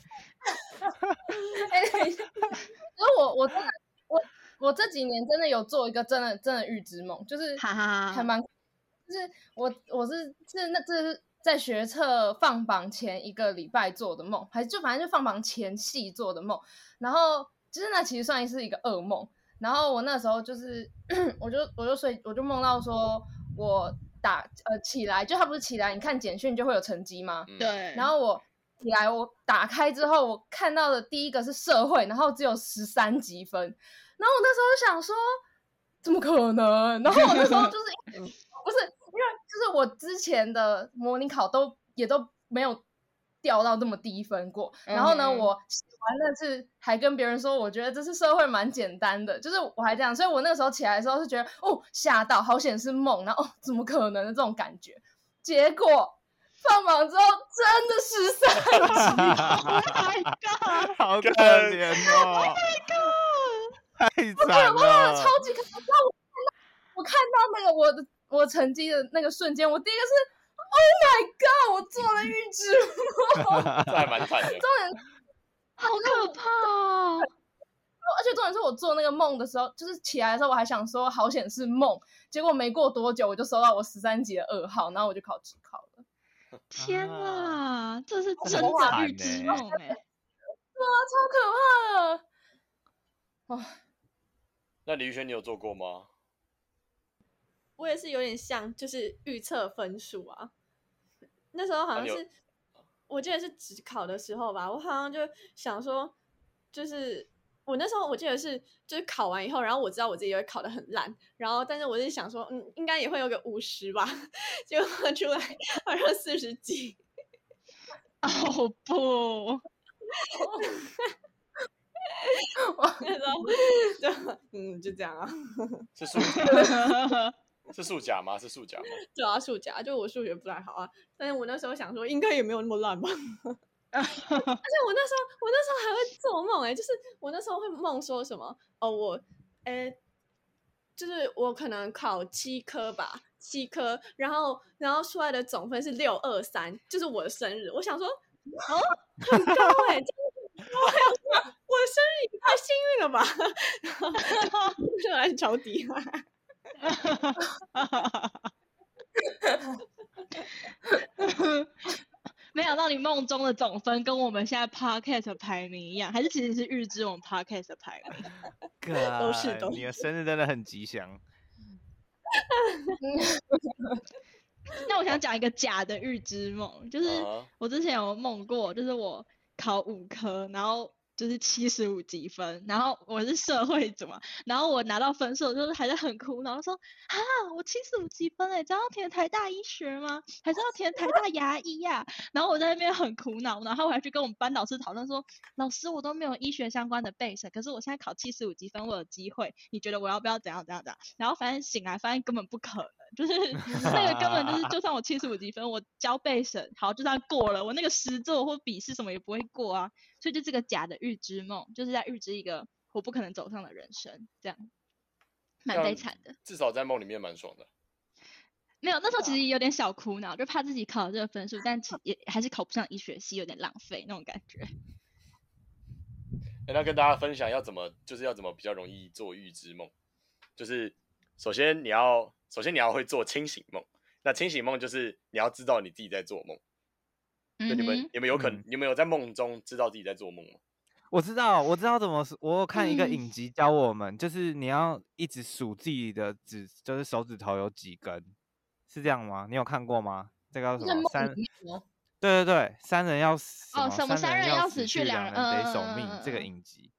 S2: 哎、等一下， 因为我我真的我我这几年真的有做一个真的真的预知梦，就是
S3: 哈哈
S2: 还
S3: 哈。
S2: 蛮，就是我我是是那这是在学测放榜前一个礼拜做的梦，还是就反正就放榜前戏做的梦，然后就是那其实算是一个噩梦，然后我那时候就是 我就我就睡我就梦到说我打呃起来，就他不是起来，你看简讯就会有成绩吗？
S1: 嗯，
S3: 对，
S2: 然后我起来，我打开之后，我看到的第一个是社会，然后只有十三积分，然后我那时候就想说，怎么可能？然后我那时候就是因为不是因为就是我之前的模拟考都也都没有掉到这么低分过，然后呢，
S3: 嗯
S2: 我写完那次还跟别人说，我觉得这次社会蛮简单的，就是我还这样，所以我那个时候起来的时候是觉得哦吓到，好险是梦，然后哦怎么可能的这种感觉，结果。放榜之后真的十三，
S3: ，Oh ，My God，
S4: 好可
S1: 干
S4: 怜哦太惨
S2: 可怕
S4: 了，
S2: 了，超级可怕！我看到我看到那个我的我成绩的那个瞬间，我第一个是 Oh my God，我做了预知梦，
S1: 这还蛮惨的。
S2: 重点
S3: 好可怕哦！
S2: 而且重点是我做那个梦的时候，就是起来的时候，我还想说好险是梦，结果没过多久我就收到我十三级的噩耗，然后我就考职考了。
S3: 天啊，这是
S4: 很
S3: 真的
S4: 惨
S3: 预知
S4: 欸
S3: 梦哎、
S2: 哇，超可怕哦的！
S1: 那李宇轩，你有做过吗？
S5: 我也是有点像，就是预测分数啊。那时候好
S1: 啊
S5: 像
S1: 你有
S5: 是，我记得是职考的时候吧，我好像就想说，就是我那时候我记得是，就是考完以后，然后我知道我自己会考得很烂，然后但是我是想说，嗯，应该也会有个五十吧， 结果出来好像四十几，
S3: 哦不，
S5: 那时候就嗯就这样啊，
S1: 是 数是数甲吗？是数甲吗？
S5: 对啊，数甲，就我数学不太好啊，但是我那时候想说，应该也没有那么烂吧。而且我那时候，我那时候还会做梦哎、就是我那时候会梦说什么哦，我哎、就是我可能考七科吧，七科，然后然后出来的总分是六二三，就是我的生日。我想说，哦，很高哎、欸，这样很高欸我想说我的生日也太幸运了吧， 然后就来抄底嘛。
S3: 没想到你梦中的总分跟我们现在 podcast 的排名一样，还是其实是预知我们 podcast 的排名？
S4: 都
S5: 是都
S4: 你的生日真的很吉祥。
S3: 那我想讲一个假的预知梦，就是
S1: 啊
S3: 我之前有梦过，就是我考五科，然后就是七十五积分，然后我是社会组嘛，然后我拿到分数就是还是很哭，然后说啊，我七十五积分哎、欸，这样要填台大医学吗？还是要填台大牙医啊呀、然后我在那边很苦恼，然后我还去跟我们班导师讨论说，老师我都没有医学相关的备审，可是我现在考七十五积分，我有机会，你觉得我要不要怎样怎样怎样？然后反正醒来发现根本不可能， 就是那个根本就是，就算我七十五积分，我交备审好就算过了，我那个实作或笔试什么也不会过啊，所以就这个假的预知梦，就是在预知一个我不可能走上的人生，这样蛮悲
S1: 像
S3: 惨的。
S1: 至少在梦里面蛮爽的。
S3: 没有，那时候其实有点小苦恼，就怕自己考了这个分数，但其也还是考不上医学系，有点浪费那种感觉。
S1: 欸那跟大家分享要怎么，就是要怎么比较容易做预知梦。就是首先你要，首先你要会做清醒梦。那清醒梦就是你要知道你自己在做梦。就
S3: 嗯
S1: 你们
S3: 哼，
S1: 你们有可能
S4: 嗯，
S1: 你们有在梦中知道自己在做梦吗？
S4: 我知道，我知道怎么数。我有看一个
S3: 嗯
S4: 影集教我们，就是你要一直数自己的指，就是手指头有几根，是这样吗？你有看过吗？这个叫
S2: 在
S4: 什
S2: 梦
S4: 么？三
S2: 里面哦，
S4: 对对对，三人要死
S3: 哦什么三
S4: 三
S3: 人要
S4: 要
S3: 死去
S4: 两
S3: 两人
S4: 得
S3: 嗯
S4: 守
S3: 嗯
S4: 命、
S3: 嗯
S4: 这个
S3: 嗯
S4: 影集。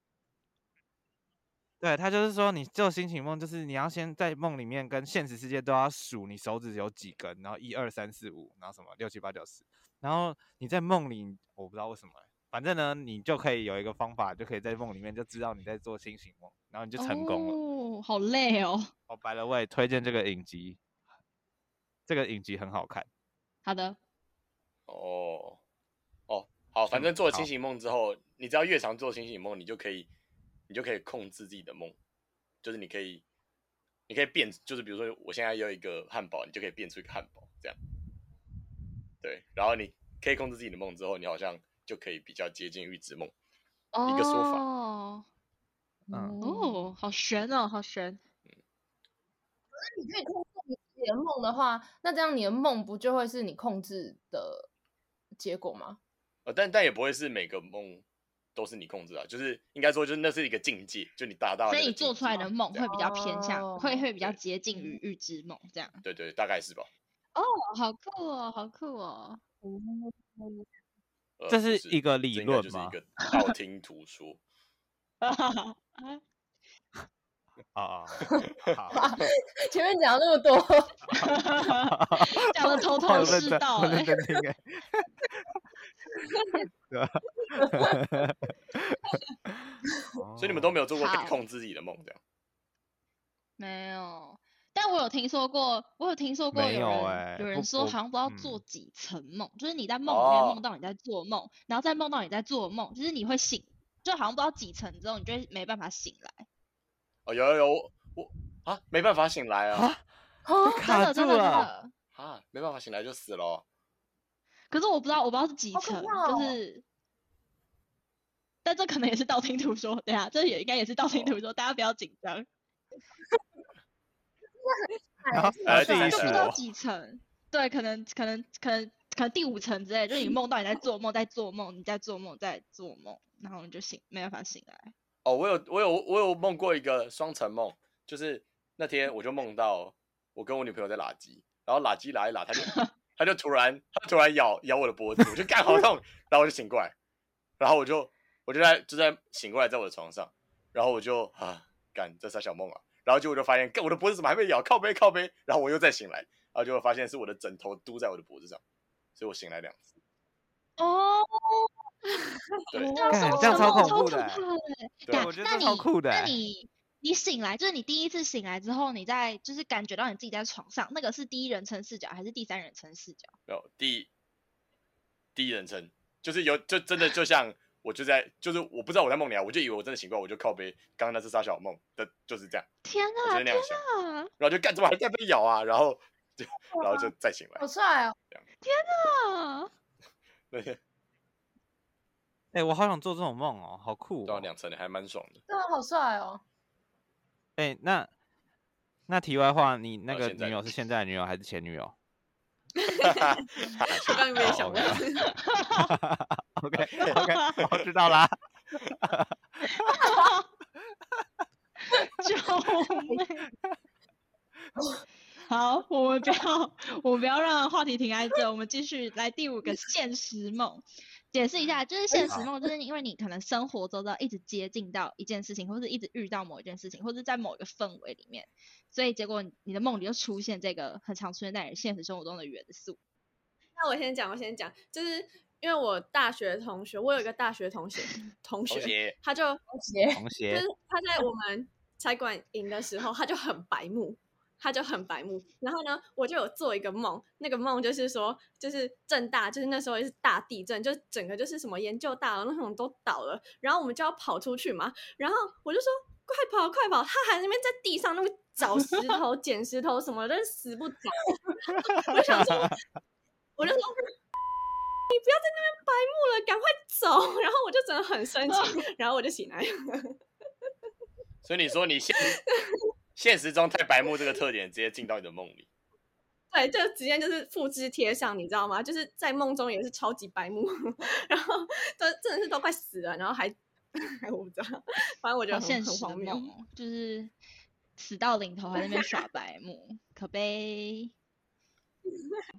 S4: 对他就是说，你做心情梦，就是你要先在梦里面跟现实世界都要数你手指有几根，然后一二三四五，然后什么六七八九十，然后你在梦里，我不知道为什么欸，反正呢，你就可以有一个方法，就可以在梦里面就知道你在做清醒梦，然后你就成功了。
S3: 哦，好累哦。
S4: 哦，白了位推荐这个影集，这个影集很好看。
S3: 好的，
S1: 哦，哦，好，
S4: 嗯
S1: 反正做了清醒梦之后，你只要越常做清醒梦，你就可以，你就可以控制自己的梦，就是你可以，你可以变，就是比如说我现在要一个汉堡，你就可以变出一个汉堡这样。对，然后你可以控制自己的梦之后，你好像就可以比较接近预知梦。一个说法
S3: 哦，
S4: 嗯
S3: 哦，好悬哦，好悬。
S2: 你可以控制你自己的梦的话，那这样你的梦不就会是你控制的结果吗？
S1: 呃，但但也不会是每个梦都是你控制啊，就是应该说，就是那是一个境界，就你达到了那
S3: 所以
S1: 个
S3: 你
S1: 境
S3: 做出来
S1: 界
S3: 的梦
S1: 这样
S3: 会比较偏向，会会比较
S1: 对
S3: 接近于预知梦这样。
S1: 对对，大概是吧。
S3: 哦，好酷哦，好酷哦。
S1: 呃
S4: 这
S1: 不
S4: 是
S1: 是
S4: 一个理
S1: 这应该
S4: 论
S1: 就是一
S4: 吗
S1: 个道听途说。
S4: 啊、哦，好，
S2: 前面讲了那么多，
S3: 讲的 头
S4: 我
S3: 头
S4: 认
S3: 是
S4: 真，
S3: 道
S4: 我认
S3: 哎。
S4: 真听哎。对吧哦
S1: 所以你们都没有做过可以
S3: 好
S1: 控制自己的梦这样。
S3: 没有，但我有听说过，我有听说过
S4: 没
S3: 有
S4: 有
S3: 人有,、
S4: 欸不
S3: 人说
S4: 不
S3: 好像不知道
S4: 嗯
S3: 做几层梦，就是你在梦里面
S1: 哦
S3: 梦到你在做梦，然后再梦到你在做梦，就是你会醒，就好像不知道几层之后，你就会没办法醒来。
S1: 哦，有有有，我我啊没办法醒来 啊
S4: 啊，
S2: 哦，
S3: 真
S4: 卡
S3: 的真
S4: 住
S3: 的真
S4: 了，
S3: 的。
S1: 啊没办法醒来就死了哦。
S3: 可是我不知道，我不知道是几
S2: 好可
S3: 层，
S2: 怕哦
S3: 就是。但这可能也是道听途说，对啊，这也应该也是道听途说，大家不要紧张。
S4: 然
S3: 哎
S4: 后
S1: 呃
S4: 自
S1: 第一
S4: 己
S3: 就
S1: 次
S3: 不
S1: 是
S3: 知
S1: 我
S3: 道
S4: 数，
S3: 几层，对，可能可能可能可能第五层之类，就是你梦到你在做梦，在做梦，你在做梦，在做梦，然后你就醒，没办法醒来。
S1: 哦，我有我有我有梦过一个双层梦，就是那天我就梦到我跟我女朋友在拉鸡，然后拉鸡拉一拉，她就她就突然她突然咬咬我的脖子，我就干好痛，然后我就醒过来，然后我就我就在就在醒过来在我的床上，然后我就啊干这傻小梦啊，然后结果我就发现干我的脖子怎么还被咬，靠背靠背，然后我又再醒来，然后结果发现是我的枕头嘟在我的脖子上，所以我醒来两次，
S3: 哦，
S1: 对
S3: 对啊，
S4: 干
S3: 双
S4: 这样
S3: 层
S4: 超
S3: 梦
S4: 恐
S3: 超
S4: 怖
S3: 可
S4: 的
S3: 怕
S4: 欸
S3: 的
S1: 对啊
S3: 干
S4: 我觉得
S3: 那
S4: 这超
S3: 你
S4: 酷的
S3: 那
S4: 欸
S3: 你你醒来，就是你第一次醒来之后，你在就是感觉到你自己在床上，那个是第一人称视角还是第三人称视角？
S1: 没有呃第一第一人称，就是有就真的就像我就在就是我不知道我在梦里啊，我就以为我真的醒过来，我就靠背刚刚那是傻小梦的，就是这样，
S3: 天
S1: 我就
S3: 啊，
S1: 是那
S3: 天
S1: 样想，
S3: 啊，
S1: 然后就干怎么还在被咬啊，然后就然后就再醒来
S2: 好，帅哦！
S3: 啊
S1: 对，啊对
S4: 哎、我好想做这种梦哦，好酷、
S1: 啊，
S4: 哦。
S1: 两层的还蛮爽的。
S2: 对啊，好帅哦！
S4: 哎、那那题外话，你那
S1: 呃
S4: 个
S1: 现在
S4: 女 友是现在的女友还是前女友
S5: 我刚刚有没有想
S4: 好
S5: 过？
S4: ？OK OK，我知道啦。
S3: 救命！ 好，我们不要，我们不要让话题停在这，我们继续来第五个现实梦。解释一下，就是现实梦，就是因为你可能生活周遭一直接近到一件事情，或者一直遇到某一件事情，或者在某一个氛围里面，所以结果你你的梦里就出现这个很常出现在你现实生活中的元素。
S5: 那我先讲，我先讲，就是因为我大学同学，我有一个大学同学，同
S1: 同
S5: 学，
S1: 学
S5: 他就
S2: 鞋
S4: 同
S5: 就
S4: 学
S5: 是他在我们财管营的时候，他就很白目，他就很白目。然后呢，我就有做一个梦，那个梦就是说，就是正大，就是那时候也是大地震，就整个就是什么研究大楼那种都倒了，然后我们就要跑出去嘛。然后我就说快跑快跑，他还在那边在地上那边找石头、捡石头什么的，但是死不找。 我想说，我就说。你不要在那边白目了，赶快走！然后 我就真的很生气，然后我就醒来。
S1: 所以你说你现现实中太白目这个特点，直接进到你的梦里。
S5: 对，就直接就是复制贴上，你知道吗？就是在梦中也是超级白目， 然后都真的是都快死了，然后还 还我不知道，反正我觉
S3: 好
S5: 得
S3: 现
S5: 很很
S3: 实的
S5: 荒谬。
S3: 梦哦，就是死到临头还在那边耍白目，可悲。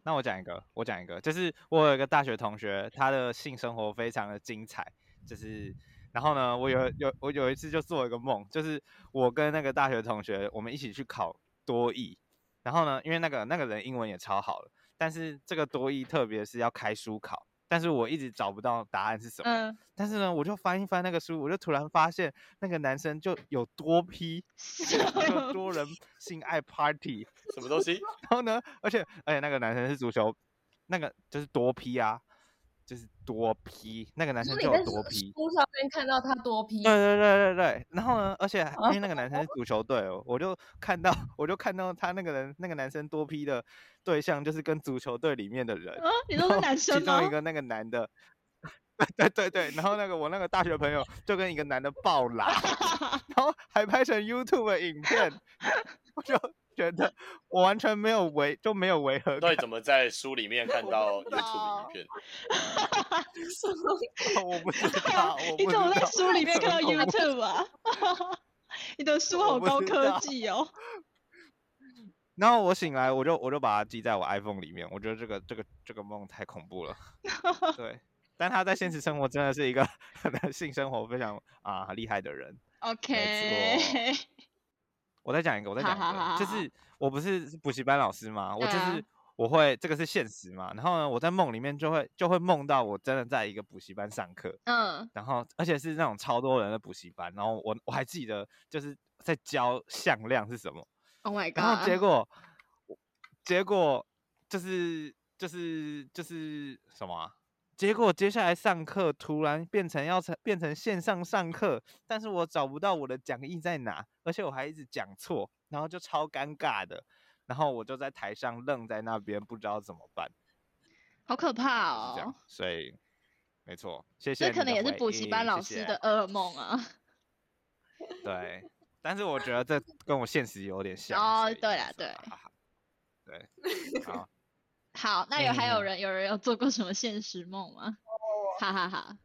S4: 那我讲一个，我讲一个，就是我有一个大学同学，他的性生活非常的精彩，就是，然后呢，我有有我有一次就做一个梦，就是我跟那个大学同学，我们一起去考多译，然后呢，因为那个那个人英文也超好了，但是这个多译特别是要开书考，但是我一直找不到答案是什么，
S3: 嗯，
S4: 但是呢，我就翻一翻那个书，我就突然发现那个男生就有多批， 就多人性爱 party，
S1: 什么东西？
S4: 然后呢，而且而且那个男生是足球，那个就是多批啊，就是多批，那个男
S2: 就
S4: 生
S2: 是你
S4: 就
S2: 在
S4: 有多批。
S2: 书上面看到他多批，
S4: 对对对对对，然后呢，而且还因为那个男生是足球队哦，我就看到我就看到他那个人那个男生多批的对象就是跟足球队里面的人，
S3: 啊，你都是男生
S4: 其
S3: 吗
S4: 中一？个那个男的， 对对对，然后那个我那个大学朋友就跟一个男的暴打，然后还拍成 YouTube 的影片， 我就觉得我完全没有违就没有违和
S1: 到底
S4: 感，
S1: 怎么在书里面看到
S5: 我不知道
S1: YouTube 影片？
S5: 什 么
S4: 我不 知道，我
S3: 你
S4: 不知
S3: 怎么在
S4: 道。
S3: 书里面看到
S4: 很恐怖
S3: YouTube 啊？ 你的书
S4: 我
S3: 好
S4: 不
S3: 高
S4: 知
S3: 科
S4: 道
S3: 技哦。
S4: 然后我醒来，我就我就把它记在我 iPhone 里面，我觉得这个这个这个梦太 恐怖了，对。但他在现实生活真的是一个性生活非常啊、厉害 的人。
S3: OK，
S4: 我再讲一个，我再
S3: 好
S4: 讲一个，
S3: 好好
S4: 就
S3: 好
S4: 是我不是是补习班老师嘛，我就
S3: 对啊
S4: 是我会这个是现实嘛，然后呢，我在梦里面就会就会梦到我真的在一个补习班上课，
S3: 嗯，
S4: 然后而且是那种超多人的补习班，然后我我还记得就是在教向量是什么，
S3: Oh my
S4: 然后结
S3: god！
S4: 果结果就是就是就是什么啊、结果接下来上课突然变成要成变成线上上课，但是我找不到我的讲义在哪，而且我还一直讲错，然后就超尴尬的，然后我就在台上愣在那边，不知道怎么办，
S3: 好可怕
S4: 就是这样
S3: 哦，，
S4: 所以没错，谢
S3: 这
S4: 谢你的回应。
S3: 可能也是补习班老
S4: 谢
S3: 师
S4: 谢
S3: 的噩梦啊。
S4: 对，但是我觉得这跟我现实有点像。
S3: 哦
S4: 所以
S3: 对
S4: 就
S3: 啦
S4: 是
S3: 对
S4: 哈哈哈 对，好，
S3: 好，那有还有
S4: 嗯
S3: 人有人有做过什么现实梦吗？哈哈哈，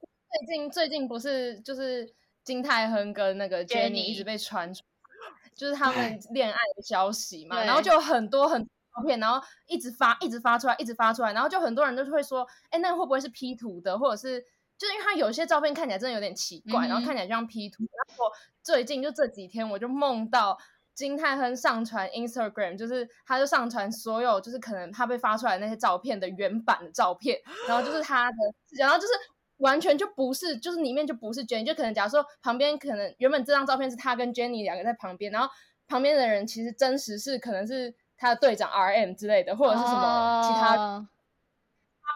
S2: 最近最近不是就是金泰亨跟那个
S3: Jenny
S2: Jenny 一直被传出，就是他们恋爱的消息嘛，
S3: 对
S2: 然后就有很多很多照片，然后一直发一直发出来，一直发出来，然后就很多人就会说，哎，那个会不会是 P 图的，或者是。就是因为他有些照片看起来真的有点奇怪，
S3: 嗯哼
S2: 然后看起来就像 P 图。然后我最近就这几天，我就梦到金泰亨上传 Instagram，就是他就上传所有就是可能他被发出来的那些照片的原版的照片，然后就是他的，然后就是完全就不是，就是里面就不是 Jenny，就可能假如说旁边可能原本这张照片是他跟 Jenny 两个在旁边，然后旁边的人其实真实是可能是他的队长 RM 之类的，或者是什么其他
S3: 哦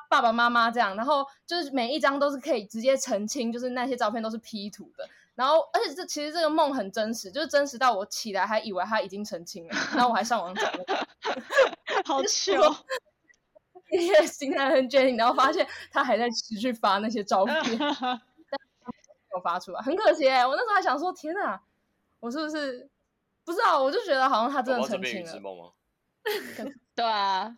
S2: 爸爸妈妈这样，然后就是每一张都是可以直接澄清，就是那些照片都是 P 图的。然后，而且这其实这个梦很真实，就是真实到我起来还以为他已经澄清了，然后我还上网找那个
S3: 好糗，
S2: 一些新来很 Jenny，然后发现他还在持续发那些照片，没
S3: 哦
S2: 有发出来，很可惜、欸。我那时候还想说，天哪，我是不是不知道？我就觉得好像他真
S1: 宝宝
S2: 的
S1: 这
S2: 澄
S1: 边
S2: 清
S1: 预知
S2: 了，
S1: 梦吗？
S3: 对啊，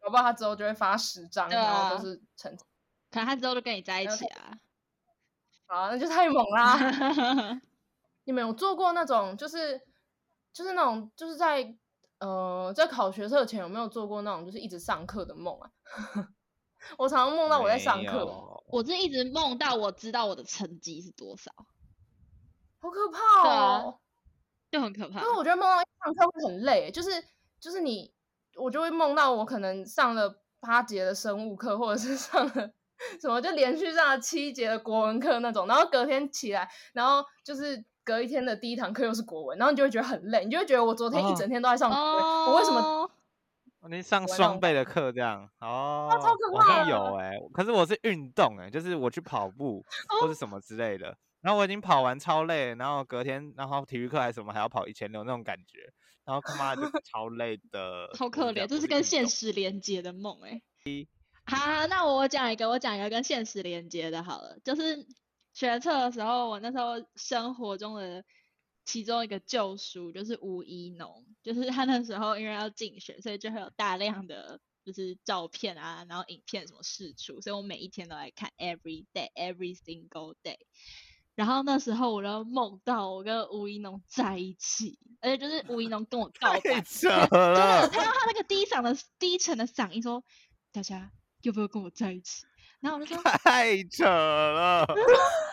S2: 搞不好他之后就会发十张，
S3: 对啊
S2: 然后都是澄清。
S3: 可能他之后就跟你在一起啊。
S2: 好，那就太猛啦！你们有做过那种，就是就是那种，就是在呃，在考学测前有没有做过那种，就是一直上课的梦啊？ 我常常梦到我在上
S4: 没
S2: 课，
S4: 有哦
S3: 我是一直梦到我知道我的成绩是多少，
S2: 好可怕
S3: 对啊
S2: 哦！
S3: 就很可怕
S2: 因。为我觉得梦到上课会很累，就是就是你，我就会梦到我可能上了八节的生物课，或者是上了什么，就连续上了七节的国文课那种，然后隔天起来，然后就是隔一天的第一堂课又是国文，然后你就会觉得很累，你就会觉得我昨天一
S4: 哦
S2: 整天都在上学，
S3: 哦，
S2: 我为什么？
S4: 你上
S2: 我也
S4: 双
S2: 忘
S4: 倍的课这样哦，
S2: 超可
S4: 我好像
S2: 怕
S4: 有哎、可是我是运动哎、就是我去跑步 或是什么之类的，然后我已经跑完超累了，然后隔天然后体育课还是什么还要跑一千六那种感觉，然后他妈 的就超累的，
S3: 好可怜，这
S4: 这
S3: 是跟现实连接的梦哎、好好，好那我讲一个，我讲一个跟现实连接的，好了，就是学测的时候，我那时候生活中的其中一个救赎就是吴一农，就是他那时候因为要竞选，所以就会有大量的就是照片啊，然后影片什么释出，所以我每一天都来看，every day，every single day。然后那时候我就梦到我跟吴一农在一起，而且就是吴一农跟我告白
S4: 太，扯
S3: 真的，我
S4: 了，
S3: 听到他那个低嗓的低沉的嗓音说：“大家要不要跟我在一起？”然后我 就说：“
S4: 太扯 了，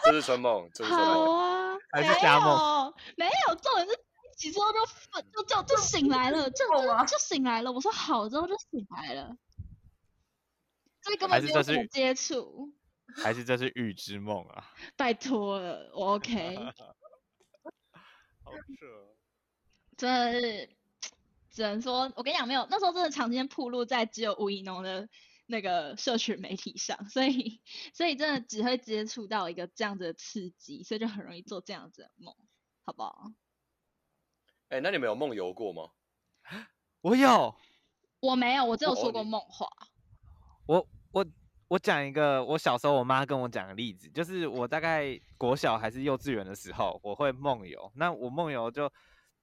S1: 这是春梦，这是春
S3: 好
S1: 梦。
S3: 啊，
S4: 还
S3: 没
S4: 是
S3: 有
S4: 瞎
S3: 没有，重点是在一起之后就分就就就醒来了，就
S2: 梦吗
S3: 就就醒来了。我说好之后就醒来了，所以根
S4: 还
S3: 本
S4: 是
S3: 没有
S4: 这
S3: 什么
S4: 是
S3: 接触，
S4: 还是这是预知梦啊？
S3: 拜托了， 我 OK，
S4: 好扯，
S3: 真的是只能说，我跟你讲，没有那时候真的长时间暴露在只有吴怡农的那个社群媒体上，所以所以真的只会接触到一个这样子的刺激，所以就很容易做这样子的梦，好不好？
S1: 哎、那你们有梦游过吗？
S4: 我有，
S3: 我没有，我只有
S1: 我
S3: 说过
S1: 你
S3: 梦话，
S4: 我我我讲一个我小时候我妈跟我讲的例子，就是我大概国小还是幼稚园的时候，我会梦游。那我梦游就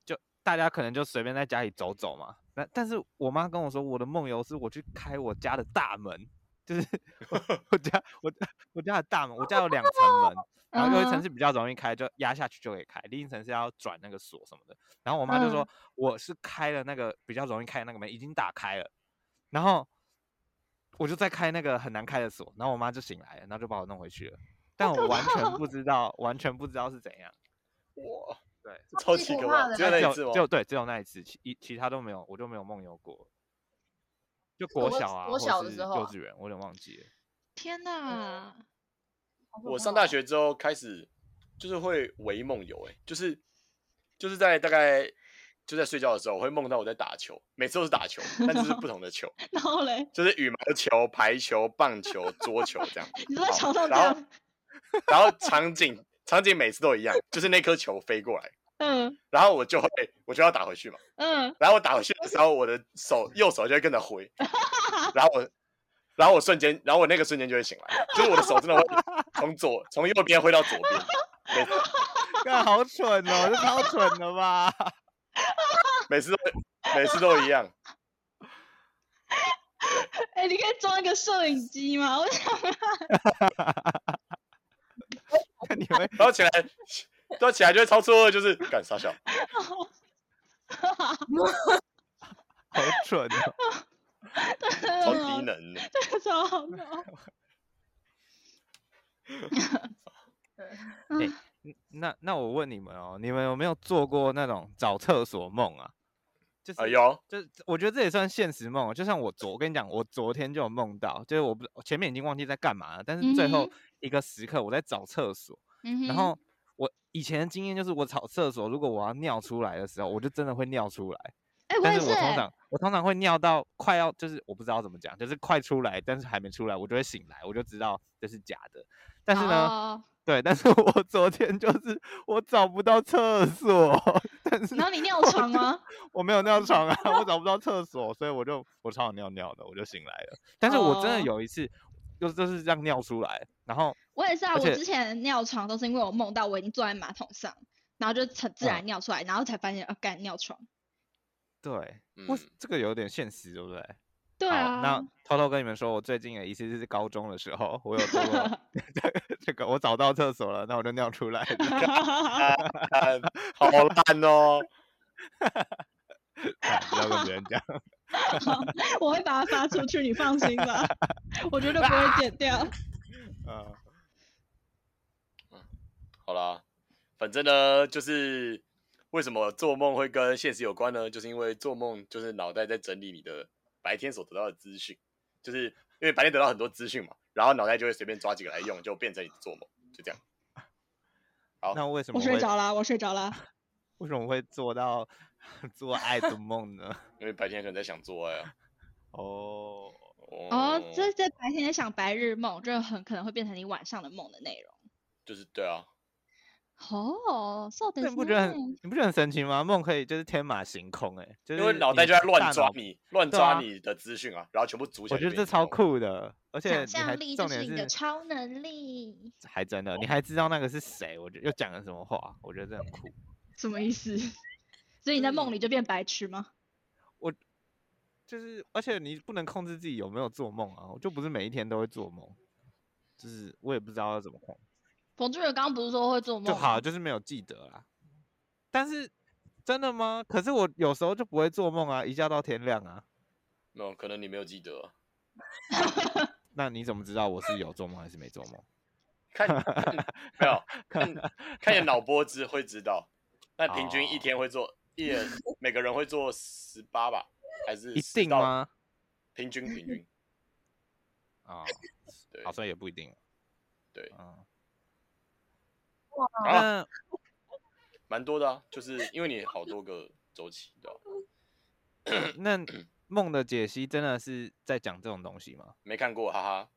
S4: 就大家可能就随便在家里走走嘛。那但是我妈跟我说，我的梦游是我去开我家的大门，就是 我我家我家我家的大门，我家有两层门，然后有一层
S3: 嗯
S4: 是比较容易开，就压下去就可以开；另一层是要转那个锁什么的。然后我妈就说、
S3: 嗯
S4: 我是开了那个比较容易开的那个门，已经打开了，然后我就再开那个很难开的锁，然后我妈就醒来了，然后就把我弄回去了。但我完全不知道，完全不知道是怎样。
S1: 哇，
S4: 对，
S1: 超
S2: 级
S1: 级
S2: 可
S1: 可
S2: 怕
S1: 怕，
S2: 的
S1: 只有
S4: 只
S1: 那
S4: 有
S1: 一次吗？
S4: 就对，只有那一次，其其他都没有，我就没有梦游过。就国
S2: 国
S4: 小啊，
S2: 国
S4: 或
S2: 小的
S4: 是
S2: 时候
S4: 幼
S2: 啊
S4: 稚园，我有点忘记了。
S3: 天
S4: 哦
S3: 哪！
S2: 好可
S1: 我
S2: 怕
S1: 上大
S2: 哦
S1: 学之后开始就是会微梦游，哎，就是就是在大概就在睡觉的时候，我会梦到我在打球，每次都是打球，但就是不同的球，
S3: 然后嘞，
S1: 就是羽毛球、排球、棒球、桌球这样。
S3: 你都在
S1: 好
S3: 床上这
S1: 然后
S3: 样，
S1: 然后场景场景每次都一样，就是那颗球飞过来，
S3: 嗯
S1: 然后我就会我就要打回去嘛，
S3: 嗯，
S1: 然后我打回去的时候，我的手右手就会跟着挥，然后我。然后我瞬间，然后我那个瞬间就会醒来，就是我的手真的会从左从右边挥到左边，每次
S4: 干好蠢哦，这超蠢的吧？
S1: 每次都每次都一样，
S3: 哎、你可以装一个摄影机吗？我想
S4: 你会
S1: 然后起来，然后起来就会超错愕，就是干傻笑。
S4: 好蠢哦！
S1: 超低能的。
S3: 超好笑。
S4: 嗯那那我问你们哦，你们有没有做过那种找厕所梦啊？就是
S1: 哎呦，
S4: 就是我觉得这也算现实梦哦。就像我昨，我跟你讲，我昨天就有梦到，就是我不我前面已经忘记在干嘛了，但是最
S3: 嗯
S4: 后一个时刻我在找厕所，
S3: 嗯哼
S4: 然后我以前的经验就是我找厕所，如果我要尿出来的时候，我就真的会尿出来，
S3: 哎、我
S4: 但
S3: 也
S4: 是我
S3: 哎
S4: 通常我通常会尿到快要就是我不知道怎么讲，就是快出来，但是还没出来，我就会醒来，我就知道这是假的。但是呢，
S3: 哦
S4: 对，但是我昨天就是我找不到厕所，但是
S3: 然后你尿
S4: 我
S3: 床
S4: 就
S3: 吗？
S4: 我没有尿床啊，我找不到厕所，所以我就我超想尿尿的，我就醒来了。但是我真的
S3: 哦
S4: 有一次，就就是这样尿出来，然后
S3: 我也是啊，
S4: 而
S3: 我
S4: 且
S3: 之前尿床都是因为我梦到我已经坐在马桶上，然后就很自然
S4: 嗯
S3: 尿出来，然后才发现啊，干尿床。
S4: 对，我
S1: 嗯
S4: 这个有点现实，对不对？
S3: 对
S4: 好
S3: 啊，
S4: 那偷偷跟你们说，我最近的一次是高中的时候，我有做 过 这个，我找到厕所了，那我就尿出来 了。
S1: 干好烂哦！
S4: 啊不要跟别人讲，
S3: 我会把它发出去，你放心吧，我绝对不
S4: 啊
S3: 会剪掉。
S4: 嗯，
S1: 好啦，反正呢，就是为什么做梦会跟现实有关呢？就是因为做梦就是脑袋在整理你的白天所得到的资讯，就是因为白天得到很多资讯嘛，然后脑袋就会随便抓几个来用，就变成你的做梦，就这样。好
S4: 那为什
S3: 我
S4: 么
S3: 睡
S4: 会
S3: 着啦，我睡着啦。
S4: 为什么会做到 做爱的梦呢？
S1: 因为白天可能在想做爱啊。
S4: 哦，
S3: 哦，这在白天在想白日梦，这很可能会变成你晚上的梦的内容。
S1: 就是对啊，
S3: 哦，so
S4: 那
S3: this
S4: 你不觉得很你不觉得很神奇吗？梦可以就是天马行空哎、就是
S1: 因为脑袋就在乱抓
S4: 大脑
S1: 你，乱
S4: 对
S1: 抓
S4: 啊
S1: 你的资讯啊，然后全部组起
S4: 我
S1: 来就
S4: 觉
S1: 变成一
S4: 得这
S1: 个
S4: 超
S1: 梦。
S4: 酷的，而
S3: 想
S4: 且你还
S3: 象力
S4: 重
S3: 就是
S4: 点
S3: 你的超能力，
S4: 还真的，你还知道那个是谁，我觉得又讲了什么话，我觉得这很酷。
S3: 什么意思？所以你在梦
S4: 嗯
S3: 里就变白痴吗？
S4: 就是而且你不能控制自己有没有做梦啊，我就不是每一天都会做梦，就是我也不知道要怎么控，
S3: 冯志远刚刚不是说会做梦啊
S4: 就
S3: 吗？
S4: 好就是没有记得啦。但是真的吗？可是我有时候就不会做梦啊，一觉到天亮啊。
S1: 没有，可能你没有记得啊、
S4: 那你怎么知道我是有做梦还是没做梦？
S1: 看看 没有 看 看你的脑波知会知道。那平均一
S4: 哦
S1: 天会做一人，每个人会做十八吧？还是
S4: 一
S1: 10
S4: 定
S1: 到
S4: 吗？
S1: 平均平均，
S4: 啊、
S1: 对
S4: 好像也不一定。
S1: 对，
S4: 嗯。那
S1: 蛮多的啊，就是因为你好多个周期，对吧、
S4: 那梦的解析真的是在讲这种东西吗？
S1: 没看过，哈哈。